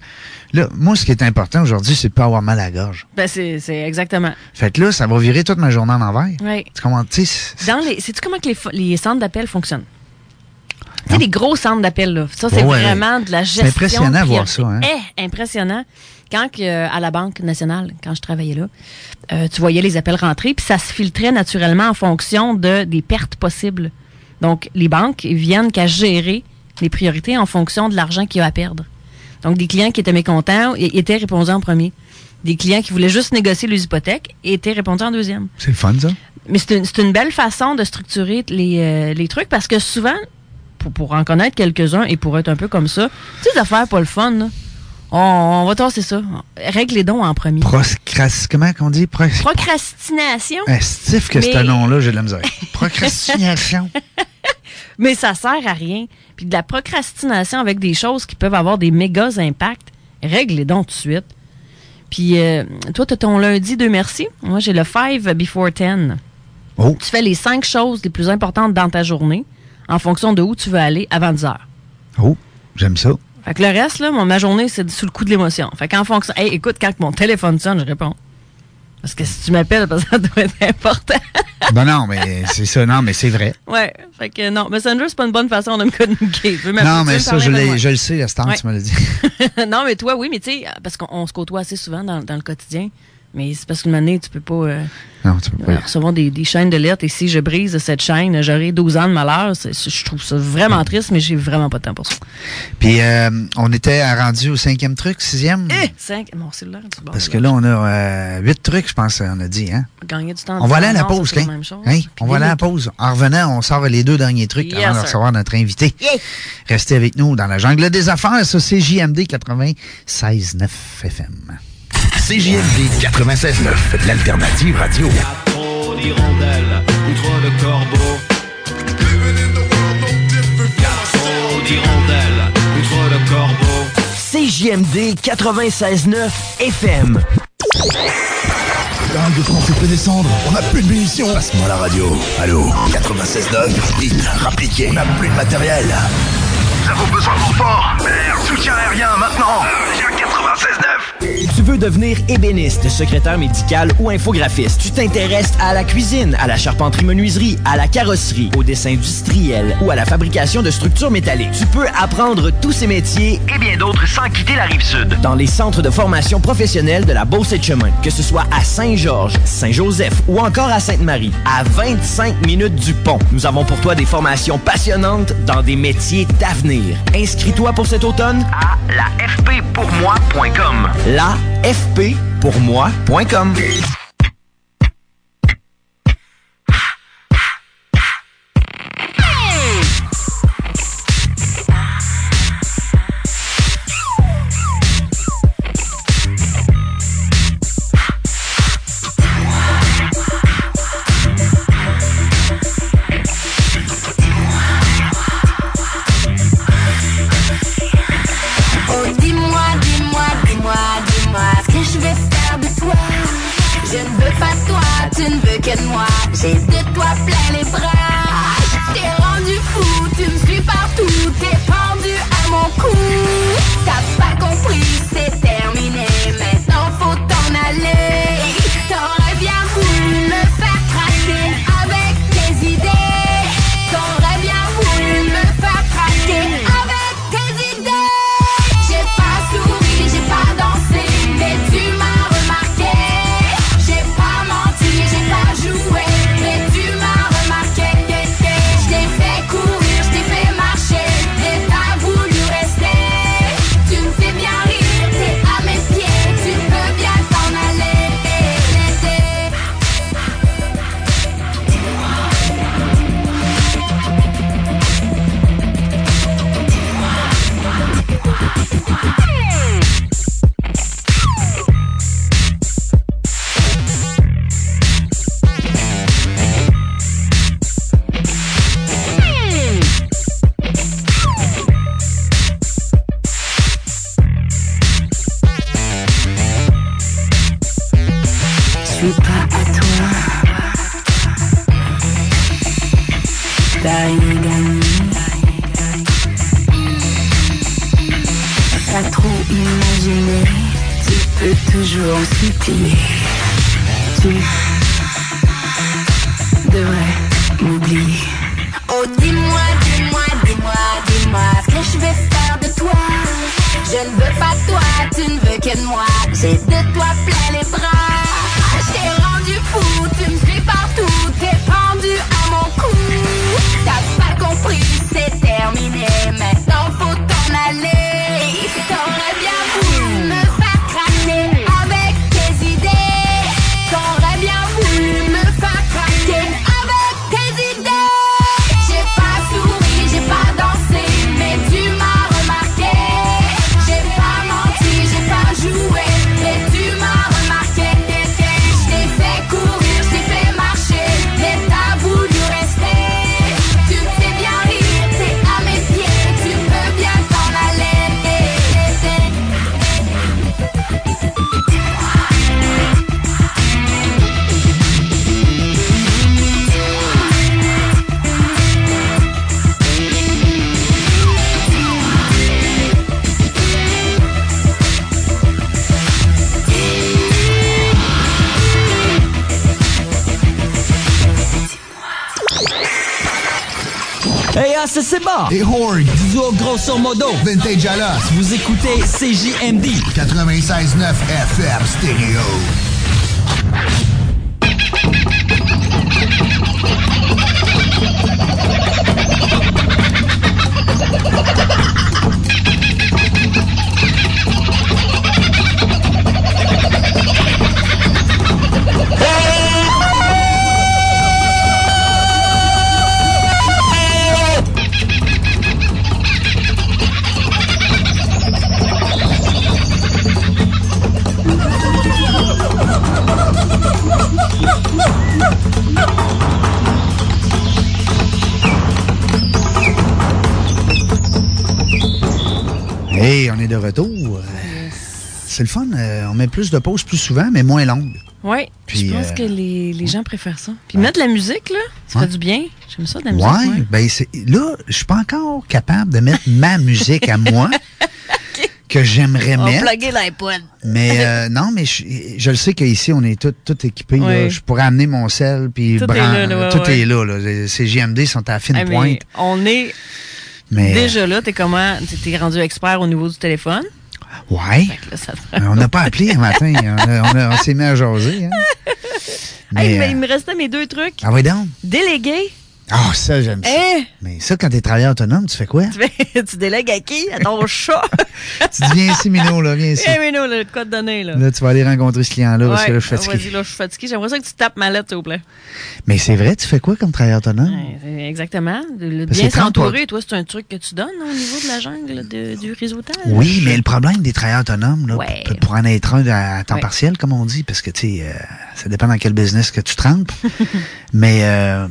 Speaker 2: Là, moi, ce qui est important aujourd'hui, c'est de pas avoir mal à la gorge.
Speaker 3: Ben, c'est c'est exactement.
Speaker 2: Fait que là, ça va virer toute ma journée en envers.
Speaker 3: Ouais.
Speaker 2: Tu comprends? Tu sais,
Speaker 3: Dans les, sais-tu comment que les, fo- les centres d'appel fonctionnent? Tu sais, les gros centres d'appel, là. Ça, c'est
Speaker 2: Ouais, ouais.
Speaker 3: vraiment de la
Speaker 2: C'est
Speaker 3: gestion.
Speaker 2: impressionnant
Speaker 3: de
Speaker 2: à voir
Speaker 3: priorité.
Speaker 2: ça, hein?
Speaker 3: Eh, impressionnant. Quand, que, euh, à la Banque nationale, quand je travaillais là, euh, tu voyais les appels rentrer, puis ça se filtrait naturellement en fonction de, des pertes possibles. Donc, les banques ils viennent qu'à gérer les priorités en fonction de l'argent qu'il y a à perdre. Donc, des clients qui étaient mécontents i- étaient répondus en premier. Des clients qui voulaient juste négocier les hypothèques étaient répondus en deuxième.
Speaker 2: c'est le fun, ça?
Speaker 3: Mais c'est une, c'est une belle façon de structurer les, euh, les trucs parce que souvent, pour, pour en connaître quelques-uns et pour être un peu comme ça, tu sais, des affaires pas le fun, là. On, on va tasser ça. Règle les dons en premier.
Speaker 2: Procrast... Comment qu'on dit? Proc...
Speaker 3: Procrastination.
Speaker 2: Estif que
Speaker 3: Mais-
Speaker 2: ce nom-là, j'ai de la misère. Procrastination.
Speaker 3: Mais ça sert à rien. Puis de la procrastination avec des choses qui peuvent avoir des méga impacts, règle les dons tout de suite. Puis euh, toi, tu ton lundi de merci. Moi, j'ai le 5 before 10.
Speaker 2: Oh.
Speaker 3: Tu fais les cinq choses les plus importantes dans ta journée en fonction de où tu veux aller avant 10 heures.
Speaker 2: Oh, j'aime ça.
Speaker 3: Fait que le reste, là, mon- ma journée, c'est sous le coup de l'émotion. Fait qu'en fonction. Hey, écoute, quand mon téléphone sonne, je réponds. Parce que si tu m'appelles, parce que ça doit être important.
Speaker 2: Ben non, mais c'est ça. Non, mais c'est vrai.
Speaker 3: ouais. Fait que non, Messenger, c'est pas une bonne façon de me communiquer. Tu veux m'appeler,
Speaker 2: Non,
Speaker 3: tu veux
Speaker 2: mais
Speaker 3: me
Speaker 2: ça,
Speaker 3: parler
Speaker 2: je,
Speaker 3: de
Speaker 2: l'ai-
Speaker 3: moi.
Speaker 2: je le sais, à ce temps,
Speaker 3: Ouais.
Speaker 2: tu me l'as dit.
Speaker 3: non, mais toi, oui, mais tu sais, parce qu'on on se côtoie assez souvent dans, dans le quotidien. Mais c'est parce qu'une année, tu peux pas euh,
Speaker 2: Non, tu peux pas.
Speaker 3: recevoir des, des chaînes de lettres. Et si je brise cette chaîne, j'aurai 12 ans de malheur. C'est- c'est- Je trouve ça vraiment triste, mais j'ai vraiment pas de temps pour ça.
Speaker 2: Puis, euh, on était rendu au cinquième truc, sixième.
Speaker 3: Eh! Cinq, mon cellulaire du bord.
Speaker 2: Mm. Parce que là, on a euh, huit trucs, je pense, on a dit. Hein?
Speaker 3: Gagner du temps.
Speaker 2: On va aller à la
Speaker 3: Ah, Non, ça,
Speaker 2: pause,
Speaker 3: c'est
Speaker 2: hein?
Speaker 3: même chose.
Speaker 2: Hein?
Speaker 3: Puis
Speaker 2: On va
Speaker 3: des
Speaker 2: aller à la
Speaker 3: minutes.
Speaker 2: pause. En revenant, on sort les deux derniers trucs
Speaker 3: Yes,
Speaker 2: avant de
Speaker 3: sir.
Speaker 2: recevoir notre invité. Restez avec nous dans la jungle des affaires. Ça, c'est JMD 96.9 FM.
Speaker 24: CJMD 96.9, l'alternative radio.
Speaker 12: Trop d'hirondelles ou trop de corbeaux. Y a trop d'hirondelles ou trop de corbeaux.
Speaker 22: CJMD 96.9 FM.
Speaker 24: L'angle de France peut descendre. On n'a plus de munitions. Passe-moi la radio. Allô 96.9, rapide, rappliqué. On n'a plus de matériel.
Speaker 23: Nous avons besoin de renfort. Merde, soutien aérien maintenant. J'ai un 96.9.
Speaker 14: Tu veux devenir ébéniste, secrétaire médical ou infographiste. Tu t'intéresses à la cuisine, à la charpenterie-menuiserie, à la carrosserie, au dessin industriel ou à la fabrication de structures métalliques. Tu peux apprendre tous ces métiers et bien d'autres sans quitter la rive sud. Dans les centres de formation professionnelle de la Beauce et de Chemin, que ce soit à Saint-Georges, Saint-Joseph ou encore à Sainte-Marie, à 25 minutes du pont, nous avons pour toi des formations passionnantes dans des métiers d'avenir. Inscris-toi pour cet automne à la fppourmoi.com. La fppourmoi.com.
Speaker 21: Oh, dis-moi, dis-moi, dis-moi, dis-moi ce que je vais faire de toi. Je ne veux pas de toi, tu ne veux que de moi. J'ai de toi plein les bras. Je t'ai rendu fou, tu me suis partout, t'es pendu à mon cou. Pas trop imaginer, tu peux toujours en scintiller. Tu devrais m'oublier.
Speaker 26: Oh, dis-moi,
Speaker 21: Dis-moi, dis-moi, dis-moi ce que je vais faire de toi. Je ne veux pas de toi, tu ne veux que de moi. J'ai de toi plein les bras. Je t'ai rendu fou, tu me suis partout, t'es pendu à mon cou. T'as pas compris, c'est terminé. Maintenant faut t'en aller. T'aurais bien voulu me faire craquer avec tes idées. T'aurais bien voulu me faire craquer avec tes idées. J'ai pas souri, j'ai pas dansé, mais tu m'as remarqué. J'ai pas menti, j'ai pas joué, mais tu m'as remarqué. Je t'ai fait courir, je t'ai fait marcher, mais t'as voulu rester. Tu me fais bien rire, t'es à mes pieds, tu peux bien t'en aller.
Speaker 22: Hey, ah, c'est Seba! Et Horn! Du duo grosso modo! Vintage à Vous écoutez CJMD! 96.9 FM Stereo!
Speaker 2: Hey, on est de retour. C'est le fun. euh, on met plus de pauses plus souvent, mais moins longues.
Speaker 3: Oui,
Speaker 2: Puis,
Speaker 3: je pense
Speaker 2: euh,
Speaker 3: que les, les gens préfèrent ça. Puis mettre de la musique, là, ça
Speaker 2: Ouais.
Speaker 3: fait du bien. J'aime ça, de la
Speaker 2: Ouais,
Speaker 3: musique. ouais.
Speaker 2: ben c'est là, je suis pas encore capable de mettre ma musique à moi que j'aimerais
Speaker 3: On va
Speaker 2: mettre.
Speaker 3: plugger l'iPod.
Speaker 2: Mais euh, non, mais je, je le sais qu'ici, on est tout, tout équipé.
Speaker 3: Ouais.
Speaker 2: là. Je pourrais amener mon sel, puis
Speaker 3: Tout est
Speaker 2: bran-
Speaker 3: là, là, ouais,
Speaker 2: tout
Speaker 3: ouais.
Speaker 2: est là. là. Les- Ces JMD sont à la fine
Speaker 3: Ah, mais
Speaker 2: pointe.
Speaker 3: on est
Speaker 2: Mais, euh,
Speaker 3: déjà là. T'es comment? t'es- T'es rendu expert au niveau du téléphone.
Speaker 2: Ouais.
Speaker 3: Fait que là, ça te-
Speaker 2: Euh, On n'a pas appelé un matin. hein. On, a- on a- on s'est mis à jaser. hein.
Speaker 3: Hey,
Speaker 2: Mais,
Speaker 3: mais
Speaker 2: euh,
Speaker 3: il me restait mes deux trucs.
Speaker 2: ah oui, donc.
Speaker 3: Déléguer.
Speaker 2: Ah, ça, j'aime ça.
Speaker 3: Hein?
Speaker 2: Mais ça, quand t'es travailleur autonome, tu fais quoi?
Speaker 3: Tu, fais- tu délègues à qui? À ton chat?
Speaker 2: tu dis, viens ici, Mino, là, viens ici.
Speaker 3: Eh mais non, le code donné, là.
Speaker 2: Là, tu vas aller rencontrer ce client-là parce que là, je suis
Speaker 3: Ouais,
Speaker 2: fatigué.
Speaker 3: Vas-y, là, je suis fatigué. J'aimerais ça que tu tapes ma lettre, s'il vous plaît.
Speaker 2: Mais c'est vrai, tu fais quoi comme travailleur autonome?
Speaker 3: Ouais, Exactement. De- de
Speaker 2: Mm. Parce
Speaker 3: bien
Speaker 2: que trente
Speaker 3: s'entourer, toi, c'est un truc que tu donnes hein, au niveau de la jungle de- du réseautage.
Speaker 2: Oui, mais le problème des travailleurs autonomes, là,
Speaker 3: Ouais.
Speaker 2: pour, pour en être un à, à temps
Speaker 3: Ouais.
Speaker 2: partiel, comme on dit, parce que tu sais, euh, ça dépend dans quel business que tu trempes. mais euh, euh,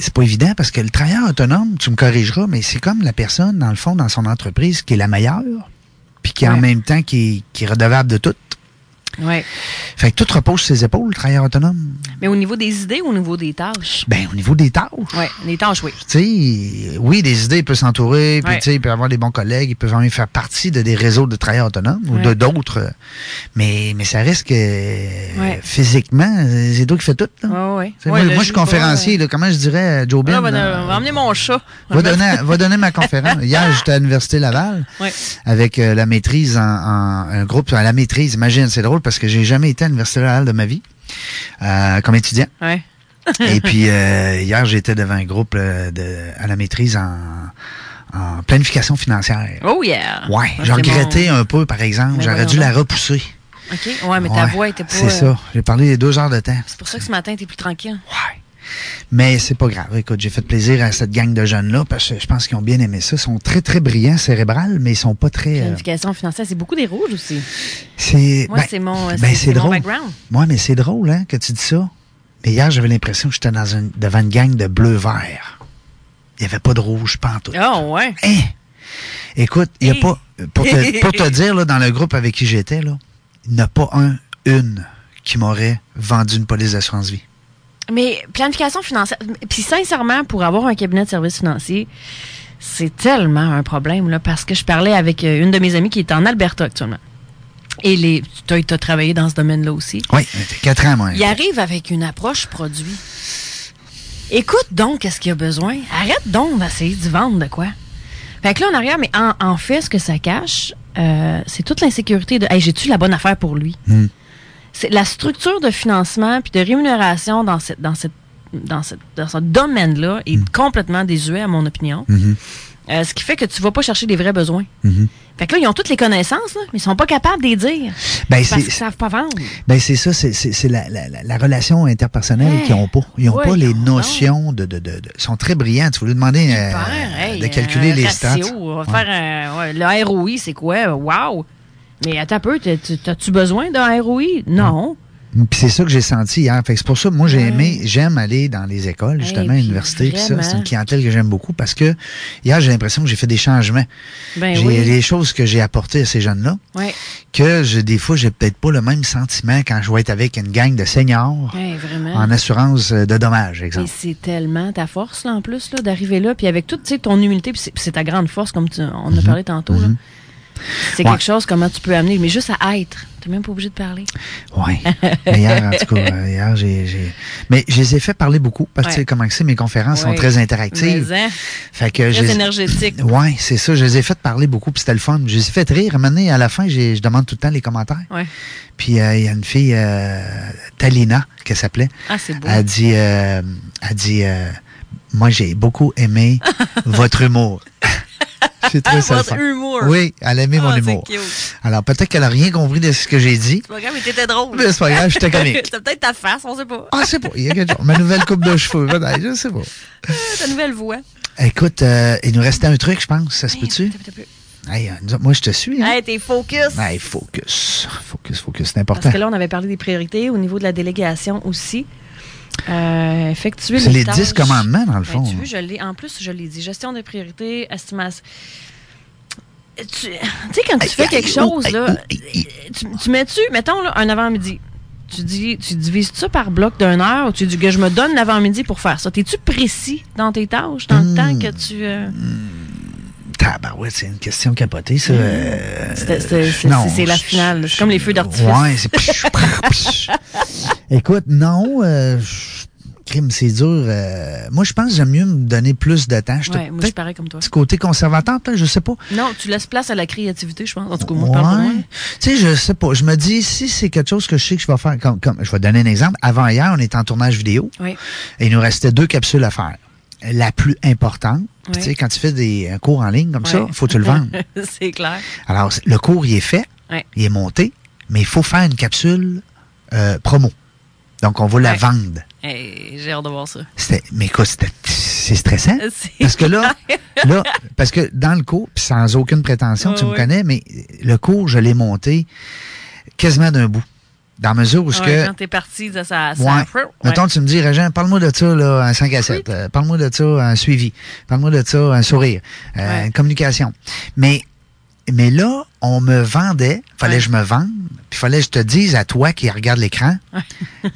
Speaker 2: c'est pas évident parce que le travailleur autonome, tu me corrigeras, mais c'est comme la personne, dans le fond, dans son entreprise, qui est la meilleure, puis qui en même temps qui est, qui est redevable de tout.
Speaker 3: Ouais.
Speaker 2: Fait que tout repose sur ses épaules, le travailleur autonome.
Speaker 3: Mais au niveau des idées ou au niveau des tâches?
Speaker 2: Ben, au niveau des tâches.
Speaker 3: Oui, les tâches, oui.
Speaker 2: tu sais, oui, des idées, il peut s'entourer, puis
Speaker 3: Ouais.
Speaker 2: tu sais, il peut avoir des bons collègues, il peut vraiment faire partie de des réseaux de travailleurs autonomes ou de
Speaker 3: Ouais.
Speaker 2: d'autres. euh, Mais, mais ça reste que euh,
Speaker 3: Ouais.
Speaker 2: physiquement, euh, c'est toi qui fais tout. là.
Speaker 3: Oui,
Speaker 2: Tu sais,
Speaker 3: oui.
Speaker 2: moi, moi, je suis conférencier, là, comment je dirais, à Joe
Speaker 3: Là,
Speaker 2: Ben,
Speaker 3: on euh, Ah, va,
Speaker 2: là,
Speaker 3: on va emmener mon chat.
Speaker 2: va, donner, va donner ma conférence. Hier, j'étais à l'Université Laval
Speaker 3: Ouais.
Speaker 2: avec euh, la maîtrise en, en- un groupe à la maîtrise. Imagine, c'est drôle parce que j'ai jamais été à l'Université Laval de ma vie euh, comme étudiant.
Speaker 3: Ouais.
Speaker 2: Et puis euh, hier, j'étais devant un groupe euh, de, à la maîtrise en, en planification financière.
Speaker 3: Oh yeah!
Speaker 2: Ouais,
Speaker 3: Ah,
Speaker 2: j'ai
Speaker 3: c'est
Speaker 2: regretté
Speaker 3: mon-
Speaker 2: un peu, par exemple.
Speaker 3: Mais
Speaker 2: J'aurais dû
Speaker 3: voyons
Speaker 2: la
Speaker 3: donc.
Speaker 2: repousser.
Speaker 3: OK, ouais, mais ta
Speaker 2: Ouais,
Speaker 3: voix était pas...
Speaker 2: C'est
Speaker 3: euh,
Speaker 2: ça. J'ai parlé deux heures de temps.
Speaker 3: C'est pour ça que ce matin, t'es plus tranquille.
Speaker 2: Mais c'est pas grave. Écoute, j'ai fait plaisir à cette gang de jeunes-là parce que je pense qu'ils ont bien aimé ça. Ils sont très, très brillants, cérébrales, mais ils sont pas très. euh,
Speaker 3: Planification financière, c'est beaucoup des rouges aussi.
Speaker 2: c'est.
Speaker 3: Moi,
Speaker 2: ben,
Speaker 3: c'est mon, euh,
Speaker 2: ben,
Speaker 3: c'est- c'est mon
Speaker 2: drôle.
Speaker 3: background.
Speaker 2: Moi, mais c'est drôle, hein, que tu dis ça. Mais hier, j'avais l'impression que j'étais dans une, devant une gang de bleu-vert. Il n'y avait pas de rouge, pas en tout.
Speaker 3: Oh, ouais.
Speaker 2: Hein? Écoute, il n'y a pas. Pour te, pour te dire, là, dans le groupe avec qui j'étais, là, il n'y en a pas un, une qui m'aurait vendu une police d'assurance vie.
Speaker 3: Mais planification financière. Puis sincèrement, pour avoir un cabinet de services financiers, c'est tellement un problème, là, parce que je parlais avec euh, une de mes amies qui est en Alberta actuellement. Et les, tu as, travaillé dans ce domaine-là aussi.
Speaker 2: Oui, t'as quatre ans, moi.
Speaker 3: Il arrive avec une approche produit. Écoute donc qu'est-ce qu'il y a besoin. Arrête donc d'essayer d'y vendre de quoi. Fait que là, on arrière, mais en, en fait, ce que ça cache, euh, c'est toute l'insécurité de Hey, j'ai-tu la bonne affaire pour lui?
Speaker 2: Hmm.
Speaker 3: C'est la structure de financement puis de rémunération dans cette dans cette dans cette dans ce domaine-là
Speaker 2: Hmm.
Speaker 3: est complètement désuet à mon opinion.
Speaker 2: Mhm.
Speaker 3: Euh, ce qui fait que tu vas pas chercher des vrais besoins.
Speaker 2: Mhm.
Speaker 3: Fait que là, ils ont toutes les connaissances, là, mais ils sont pas capables de les dire.
Speaker 2: Ben,
Speaker 3: parce
Speaker 2: c'est-
Speaker 3: qu'ils savent pas vendre.
Speaker 2: Ben c'est ça, c'est- c'est c'est la, la- la- la relation interpersonnelle
Speaker 3: Hein? Ouais.
Speaker 2: qu'ils n'ont pas. Ils n'ont pas les
Speaker 3: Voyons
Speaker 2: notions de, de, de, de- Ils sont très brillants. Tu voulais demander euh,
Speaker 3: Hey,
Speaker 2: de calculer
Speaker 3: un
Speaker 2: les stats.
Speaker 3: ratio, on va faire un- ouais, le ROI, c'est quoi? Wow! Mais attends un peu, t'as- t'as- as-tu besoin d'un ROI? Non.
Speaker 2: Puis c'est ça que j'ai senti hier. Fait que c'est pour ça que moi j'ai aimé, j'aime aller dans les écoles, justement, à
Speaker 3: puis
Speaker 2: l'université, puis ça, c'est
Speaker 3: vraiment.
Speaker 2: une clientèle que j'aime beaucoup parce que hier j'ai l'impression que j'ai fait des changements.
Speaker 3: Ben
Speaker 2: j'ai
Speaker 3: oui.
Speaker 2: les choses que j'ai apportées à ces jeunes-là,
Speaker 3: Ouais.
Speaker 2: que je, des fois j'ai peut-être pas le même sentiment quand je vais être avec une gang de seniors
Speaker 3: Hey, vraiment.
Speaker 2: en assurance euh, de dommages,
Speaker 3: Mais
Speaker 2: exemple.
Speaker 3: c'est tellement ta force, là, en plus, là, d'arriver là, puis avec toute tu sais, ton humilité, puis c'est- puis c'est ta grande force, comme tu, on en a parlé tantôt. là. C'est
Speaker 2: Mhm. Ouais.
Speaker 3: quelque chose, comment tu peux amener, mais juste à être. T'es même pas obligé de parler.
Speaker 2: Oui. Mais hier, en tout cas, euh, hier, j'ai. j'ai- Mais je les ai fait parler beaucoup parce que
Speaker 3: Ouais.
Speaker 2: tu sais comment que c'est, mes conférences sont
Speaker 3: Ouais.
Speaker 2: très interactives.
Speaker 3: Mais, hein,
Speaker 2: Fait que
Speaker 3: très
Speaker 2: j'ai-
Speaker 3: énergétique.
Speaker 2: Ouais, c'est ça. Je les ai fait parler beaucoup, puis c'était le fun. Je les ai fait rire. À un moment donné, à la fin, j'ai- je demande tout le temps les commentaires.
Speaker 3: Ouais.
Speaker 2: Puis euh, il y a une fille, euh, Talina, qu'elle s'appelait.
Speaker 3: Ah, c'est beau.
Speaker 2: Elle dit, euh, elle dit euh, moi j'ai beaucoup aimé votre humour. J'ai trouvé ça le
Speaker 3: Ah, Votre
Speaker 2: fun.
Speaker 3: humour.
Speaker 2: Oui, elle a aimé
Speaker 3: Ah,
Speaker 2: mon
Speaker 3: c'est
Speaker 2: humour.
Speaker 3: cute.
Speaker 2: Alors peut-être qu'elle a rien compris de ce que j'ai dit.
Speaker 3: C'est pas grave, mais t'étais drôle.
Speaker 2: Mais c'est pas grave, j'étais comique.
Speaker 3: C'était peut-être ta face, on sait pas.
Speaker 2: Ah, c'est pas. Il y a quelque chose. Ma nouvelle coupe de cheveux, peut-être, je sais pas.
Speaker 3: Ah, Ta nouvelle voix.
Speaker 2: Écoute, euh, il nous restait un truc, je pense. Ça se peut-tu? Hey, euh, nous autres, moi, je te suis. Hein?
Speaker 3: Hey, t'es focus.
Speaker 2: Hey, focus. Focus, focus, c'est
Speaker 3: Parce
Speaker 2: important.
Speaker 3: que là, on avait parlé des priorités au niveau de la délégation aussi. Euh, effectuer
Speaker 2: C'est les
Speaker 3: tâches.
Speaker 2: 10 commandements, dans
Speaker 3: Ben,
Speaker 2: le fond,
Speaker 3: tu
Speaker 2: hein.
Speaker 3: veux, je l'ai- en plus, je l'ai dit. Gestion des priorités, estimation. Tu tu sais, quand tu fais quelque
Speaker 2: oh,
Speaker 3: chose, là, euh, tu, tu mets-tu, mettons, là, un avant-midi. Tu dis, tu divises ça par bloc d'une heure ou tu dis que je me donne l'avant-midi pour faire ça. T'es-tu précis dans tes tâches, dans le
Speaker 2: Hmm.
Speaker 3: temps que tu. euh,
Speaker 2: Tabarouette, c'est une question capotée, ça. Euh,
Speaker 3: c'est- c'est- c'est-
Speaker 2: non,
Speaker 3: c'est la
Speaker 2: je-
Speaker 3: finale. C'est comme les feux d'artifice.
Speaker 2: Ouais, c'est psh, Écoute, non, euh, je- crime, c'est dur. euh, moi, je pense que j'aime mieux me donner plus de temps. Je
Speaker 3: Ouais, moi, je suis pareil comme toi.
Speaker 2: Petit côté conservateur, peut-être, je sais pas.
Speaker 3: Non, tu laisses place à la créativité, je pense. En tout cas, moi, je parle pour
Speaker 2: Ouais.
Speaker 3: moi.
Speaker 2: Tu sais, je sais pas. Je me dis, si c'est quelque chose que je sais que je vais faire, comme, comme- je vais te donner un exemple. Avant hier, on était en tournage vidéo.
Speaker 3: Oui.
Speaker 2: Et il nous restait deux capsules à faire. La plus importante,
Speaker 3: Oui.
Speaker 2: tu sais, quand tu fais des un cours en ligne comme ça,
Speaker 3: Ouais.
Speaker 2: faut que tu le vendre.
Speaker 3: c'est clair.
Speaker 2: Alors, le cours, il est fait,
Speaker 3: Ouais.
Speaker 2: il est monté, mais il faut faire une capsule euh, promo. Donc, on va la vendre.
Speaker 3: Hey, j'ai hâte de voir ça.
Speaker 2: C'était- mais écoute, c'était- c'est stressant.
Speaker 3: C'est
Speaker 2: Parce que là, là, parce que dans le cours, puis sans aucune prétention,
Speaker 3: Ouais,
Speaker 2: tu me
Speaker 3: ouais.
Speaker 2: connais, mais le cours, je l'ai monté quasiment d'un bout. Dans la mesure où ce
Speaker 3: Ouais, hein.
Speaker 2: que.
Speaker 3: Quand t'es parti, ça, ça, ça-
Speaker 2: Ouais.
Speaker 3: Ouais.
Speaker 2: Mettons, tu me dis, Régent, parle-moi de ça, là, un 5 à 7. Euh, parle-moi de ça, un suivi. Parle-moi de ça, un sourire. Euh, Une communication. Mais, mais là, on me vendait. Fallait que je me vende. Puis fallait que je te dise à toi qui regarde l'écran,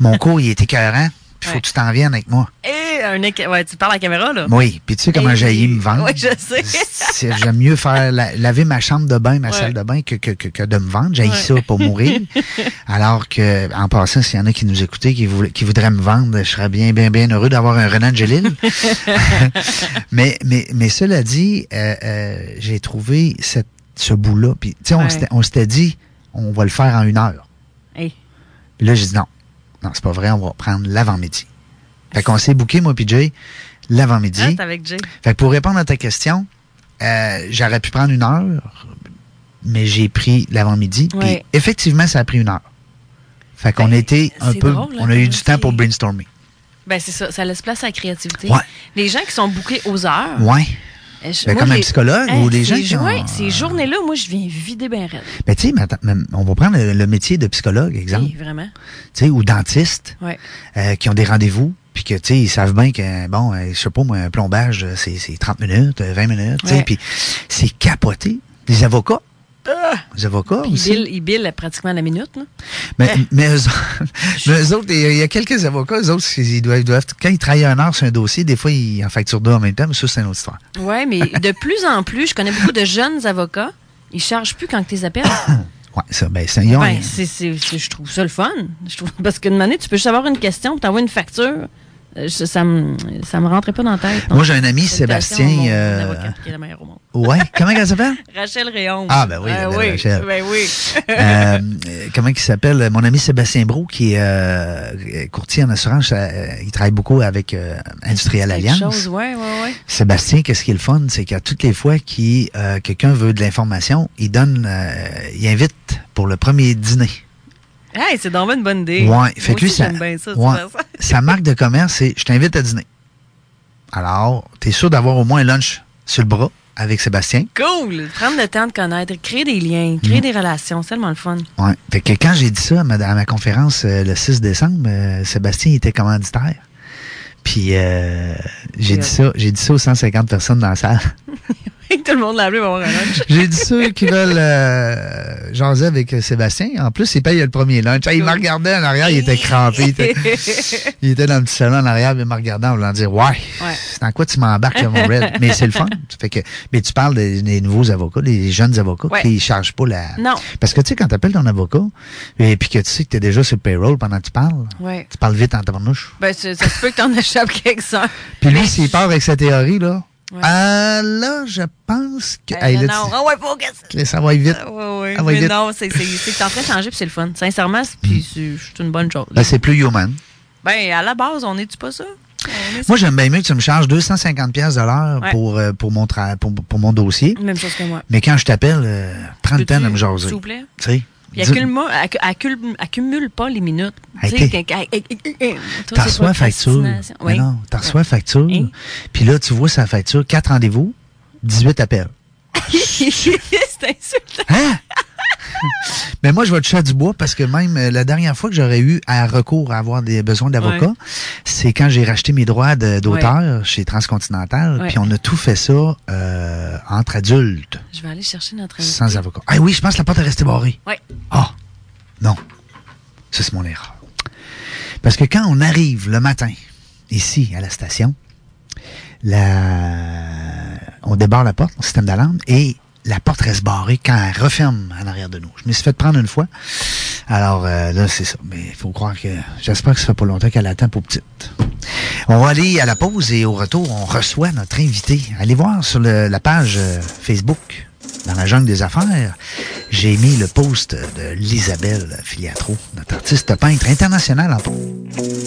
Speaker 2: mon cours, il est écœurant. Puis faut
Speaker 3: Ouais.
Speaker 2: que tu t'en viennes avec moi.
Speaker 3: Et un éca- ouais, tu parles à la caméra, là.
Speaker 2: Oui. Puis tu sais comment
Speaker 3: Et-
Speaker 2: j'ai me vendre.
Speaker 3: Oui, je sais.
Speaker 2: C'est- J'aime mieux faire la- laver ma chambre de bain, ma
Speaker 3: Ouais.
Speaker 2: salle de bain, que, que, que, que de me vendre. J'ai
Speaker 3: Ouais.
Speaker 2: ça pour mourir. Alors que, en passant, s'il y en a qui nous écoutaient, qui, voulaient- qui voudraient me vendre, je serais bien, bien, bien heureux d'avoir un Renan Angelil. mais, mais, mais cela dit, euh, euh, j'ai trouvé cette, ce bout-là. Puis, tu sais, on
Speaker 3: Ouais.
Speaker 2: s'était- on s'était dit, on va le faire en une heure.
Speaker 3: Hey.
Speaker 2: Puis là, j'ai dit non. Non, c'est pas vrai, on va prendre l'avant-midi. Fait qu'on s'est booké, moi puis Jay, l'avant-midi.
Speaker 3: Ah, t'es avec Jay.
Speaker 2: Fait que pour répondre à ta question, euh, j'aurais pu prendre une heure, mais j'ai pris l'avant-midi. Puis
Speaker 3: Ouais. Ben,
Speaker 2: effectivement, ça a pris une heure. Fait qu'on était un
Speaker 3: c'est
Speaker 2: peu.
Speaker 3: drôle, là,
Speaker 2: on a eu
Speaker 3: comme
Speaker 2: du temps pour brainstormer.
Speaker 3: Ben, c'est ça. Ça laisse place à la créativité.
Speaker 2: Ouais.
Speaker 3: Les gens qui sont bouqués aux heures.
Speaker 2: Ouais.
Speaker 3: Euh, je-
Speaker 2: Ben,
Speaker 3: moi,
Speaker 2: comme un
Speaker 3: les-
Speaker 2: psychologue
Speaker 3: Hey,
Speaker 2: ou des gens
Speaker 3: ces
Speaker 2: qui ont-
Speaker 3: journées- Ces journées-là, moi, je viens vider ben raide.
Speaker 2: Ben, tu sais, mais attends, mais on va prendre le, le métier de psychologue, exemple.
Speaker 3: Oui, vraiment.
Speaker 2: Tu sais, ou dentiste,
Speaker 3: Ouais.
Speaker 2: euh, qui ont des rendez-vous, puis que, tu sais, ils savent bien que, bon, euh, je sais pas, moi, un plombage, euh, c'est c'est 30 minutes, euh, 20 minutes, tu sais,
Speaker 3: Ouais.
Speaker 2: puis c'est capoté. Des avocats, Les avocats
Speaker 3: Puis
Speaker 2: Ah, aussi.
Speaker 3: Ils billent- ils billent pratiquement à la minute. là.
Speaker 2: Mais,
Speaker 3: Eh.
Speaker 2: mais, eux, mais eux autres, il y a- il y a quelques avocats, eux autres, ils doivent, ils doivent- quand ils travaillent un heure sur un dossier, des fois, ils en facturent deux en même temps, mais ça, c'est une autre histoire.
Speaker 3: Oui, mais de plus en plus, je connais beaucoup de jeunes avocats. Ils chargent plus quand tu les appelles.
Speaker 2: Ouais, ça, ben, ça, ils ont-
Speaker 3: Ben, c'est- c'est- c'est- je trouve ça le fun. Je trouve, parce qu'une année, tu peux juste avoir une question, puis t'envoies une facture. Euh, je- ça, me, ça me rentrait pas dans la tête. hein.
Speaker 2: Moi, j'ai un ami,
Speaker 3: Salutations
Speaker 2: Sébastien,
Speaker 3: à mon
Speaker 2: euh,
Speaker 3: avocate qui est la meilleure au monde.
Speaker 2: ouais, comment elle s'appelle?
Speaker 3: Rachel Réon.
Speaker 2: Ah, ben oui, la
Speaker 3: Euh,
Speaker 2: belle
Speaker 3: oui.
Speaker 2: Rachel.
Speaker 3: Ben oui.
Speaker 2: Euh, euh, comment il s'appelle? Mon ami Sébastien Brou, qui est euh, courtier en assurance, euh, il travaille beaucoup avec euh, Industriel
Speaker 3: Quelque
Speaker 2: Alliance.
Speaker 3: chose, ouais, ouais, ouais.
Speaker 2: Sébastien, qu'est-ce qui est le fun, c'est qu'à toutes les fois que quelqu'un veut de l'information, il donne, euh, il invite pour le premier dîner.
Speaker 3: Hey, c'est donc bien une bonne idée.
Speaker 2: Ouais,
Speaker 3: Moi
Speaker 2: fait que lui,
Speaker 3: aussi,
Speaker 2: ça-
Speaker 3: j'aime bien ça,
Speaker 2: ouais,
Speaker 3: c'est ça.
Speaker 2: sa marque de commerce, c'est je t'invite à dîner. Alors, t'es sûr d'avoir au moins un lunch sur le bras avec Sébastien.
Speaker 3: Cool! Prendre le temps de connaître, créer des liens, créer
Speaker 2: Mm.
Speaker 3: des relations, c'est tellement le fun.
Speaker 2: Ouais. Fait que quand j'ai dit ça à ma, à ma conférence euh, le 6 décembre, euh, Sébastien était commanditaire. Puis euh, j'ai dit ça, j'ai dit ça aux 150 personnes dans la salle.
Speaker 3: Tout le monde l'a appelé pour avoir un lunch.
Speaker 2: J'ai dit ceux qui veulent euh, jaser avec euh, Sébastien. En plus, il paye le premier lunch. Ah, il me regardait en arrière, il était crampé. Il était, il était dans le petit salon en arrière, mais il me regardait en voulant dire Ouais, c'est dans quoi tu m'embarques, là, mon Red? Mais c'est le fun. Ça Fait que, mais tu parles des, des nouveaux avocats, des jeunes avocats
Speaker 3: Ouais.
Speaker 2: qui ne chargent pas la.
Speaker 3: Non.
Speaker 2: Parce que tu sais, quand tu appelles ton avocat et puis que tu sais que tu es déjà sur le payroll pendant que tu parles,
Speaker 3: Ouais.
Speaker 2: tu parles vite en tabarnouche.
Speaker 3: Ben, c'est- ça se peut que t'en échappes quelques-uns.
Speaker 2: Puis lui, s'il part avec sa théorie, là.
Speaker 3: Ouais.
Speaker 2: Ah là, je pense que.
Speaker 3: Hey,
Speaker 2: Hey, là,
Speaker 3: non, Euh,
Speaker 2: tu-
Speaker 3: ah ouais, faut que ça-
Speaker 2: Là, ça va vite.
Speaker 3: Ah, Ouais, ouais.
Speaker 2: Ça va
Speaker 3: mais
Speaker 2: vite.
Speaker 3: non, c'est c'est- c'est que t'es en train de changer, puis c'est le fun. Sincèrement, c'est- puis c'est c'est une bonne chose.
Speaker 2: Là, Mm. c'est plus human.
Speaker 3: Ben, à la base, on n'est-tu pas ça?
Speaker 2: Moi, j'aime bien mieux que tu me charges 250 pièces de l'heure
Speaker 3: Ouais. Mm.
Speaker 2: pour, euh, pour, mon tra- pour, pour mon dossier.
Speaker 3: Même chose que moi.
Speaker 2: Mais quand je t'appelle, euh, prends le temps de me jaser.
Speaker 3: s'il vous plaît?
Speaker 2: Tu sais,
Speaker 3: Puis
Speaker 2: dis-
Speaker 3: accumule, accu- accumule- accumule pas les minutes. Tu sais,
Speaker 2: Hey,
Speaker 3: qu'un- qu'un- hey, hey, hey, hey. Toi,
Speaker 2: T'as
Speaker 3: c'est
Speaker 2: reçu
Speaker 3: pas
Speaker 2: la facture.
Speaker 3: procrastination.
Speaker 2: Mais
Speaker 3: Oui.
Speaker 2: Non, t'as reçu la facture.
Speaker 3: Hein?
Speaker 2: Puis là, tu vois sa facture, 4 rendez-vous, 18 appels.
Speaker 3: c'est insultant.
Speaker 2: Hein? Mais moi, je vais te chat du bois parce que même euh, la dernière fois que j'aurais eu à recours à avoir des besoins d'avocat,
Speaker 3: Ouais.
Speaker 2: c'est quand j'ai racheté mes droits de- d'auteur chez Transcontinental.
Speaker 3: Ouais.
Speaker 2: Puis on a tout fait ça euh, entre adultes,
Speaker 3: Je vais aller chercher notre invité.
Speaker 2: sans avocat. Ah oui, je pense que la porte est restée barrée.
Speaker 3: Ouais.
Speaker 2: Ah, non. Ça, c'est mon erreur. Parce que quand on arrive le matin, ici, à la station, la... on débarre la porte, mon système d'alarme, et la porte reste barrée quand elle referme en arrière de nous. Je me suis fait prendre une fois. Alors euh, là, c'est ça. Mais il faut croire que... J'espère que ça fait pas longtemps qu'elle attend pour petite. On va aller à la pause et au retour, on reçoit notre invité. Allez voir sur le- la page euh, Facebook, dans la jungle des affaires, j'ai mis le post de l'Isabelle Filiatro, notre artiste peintre international en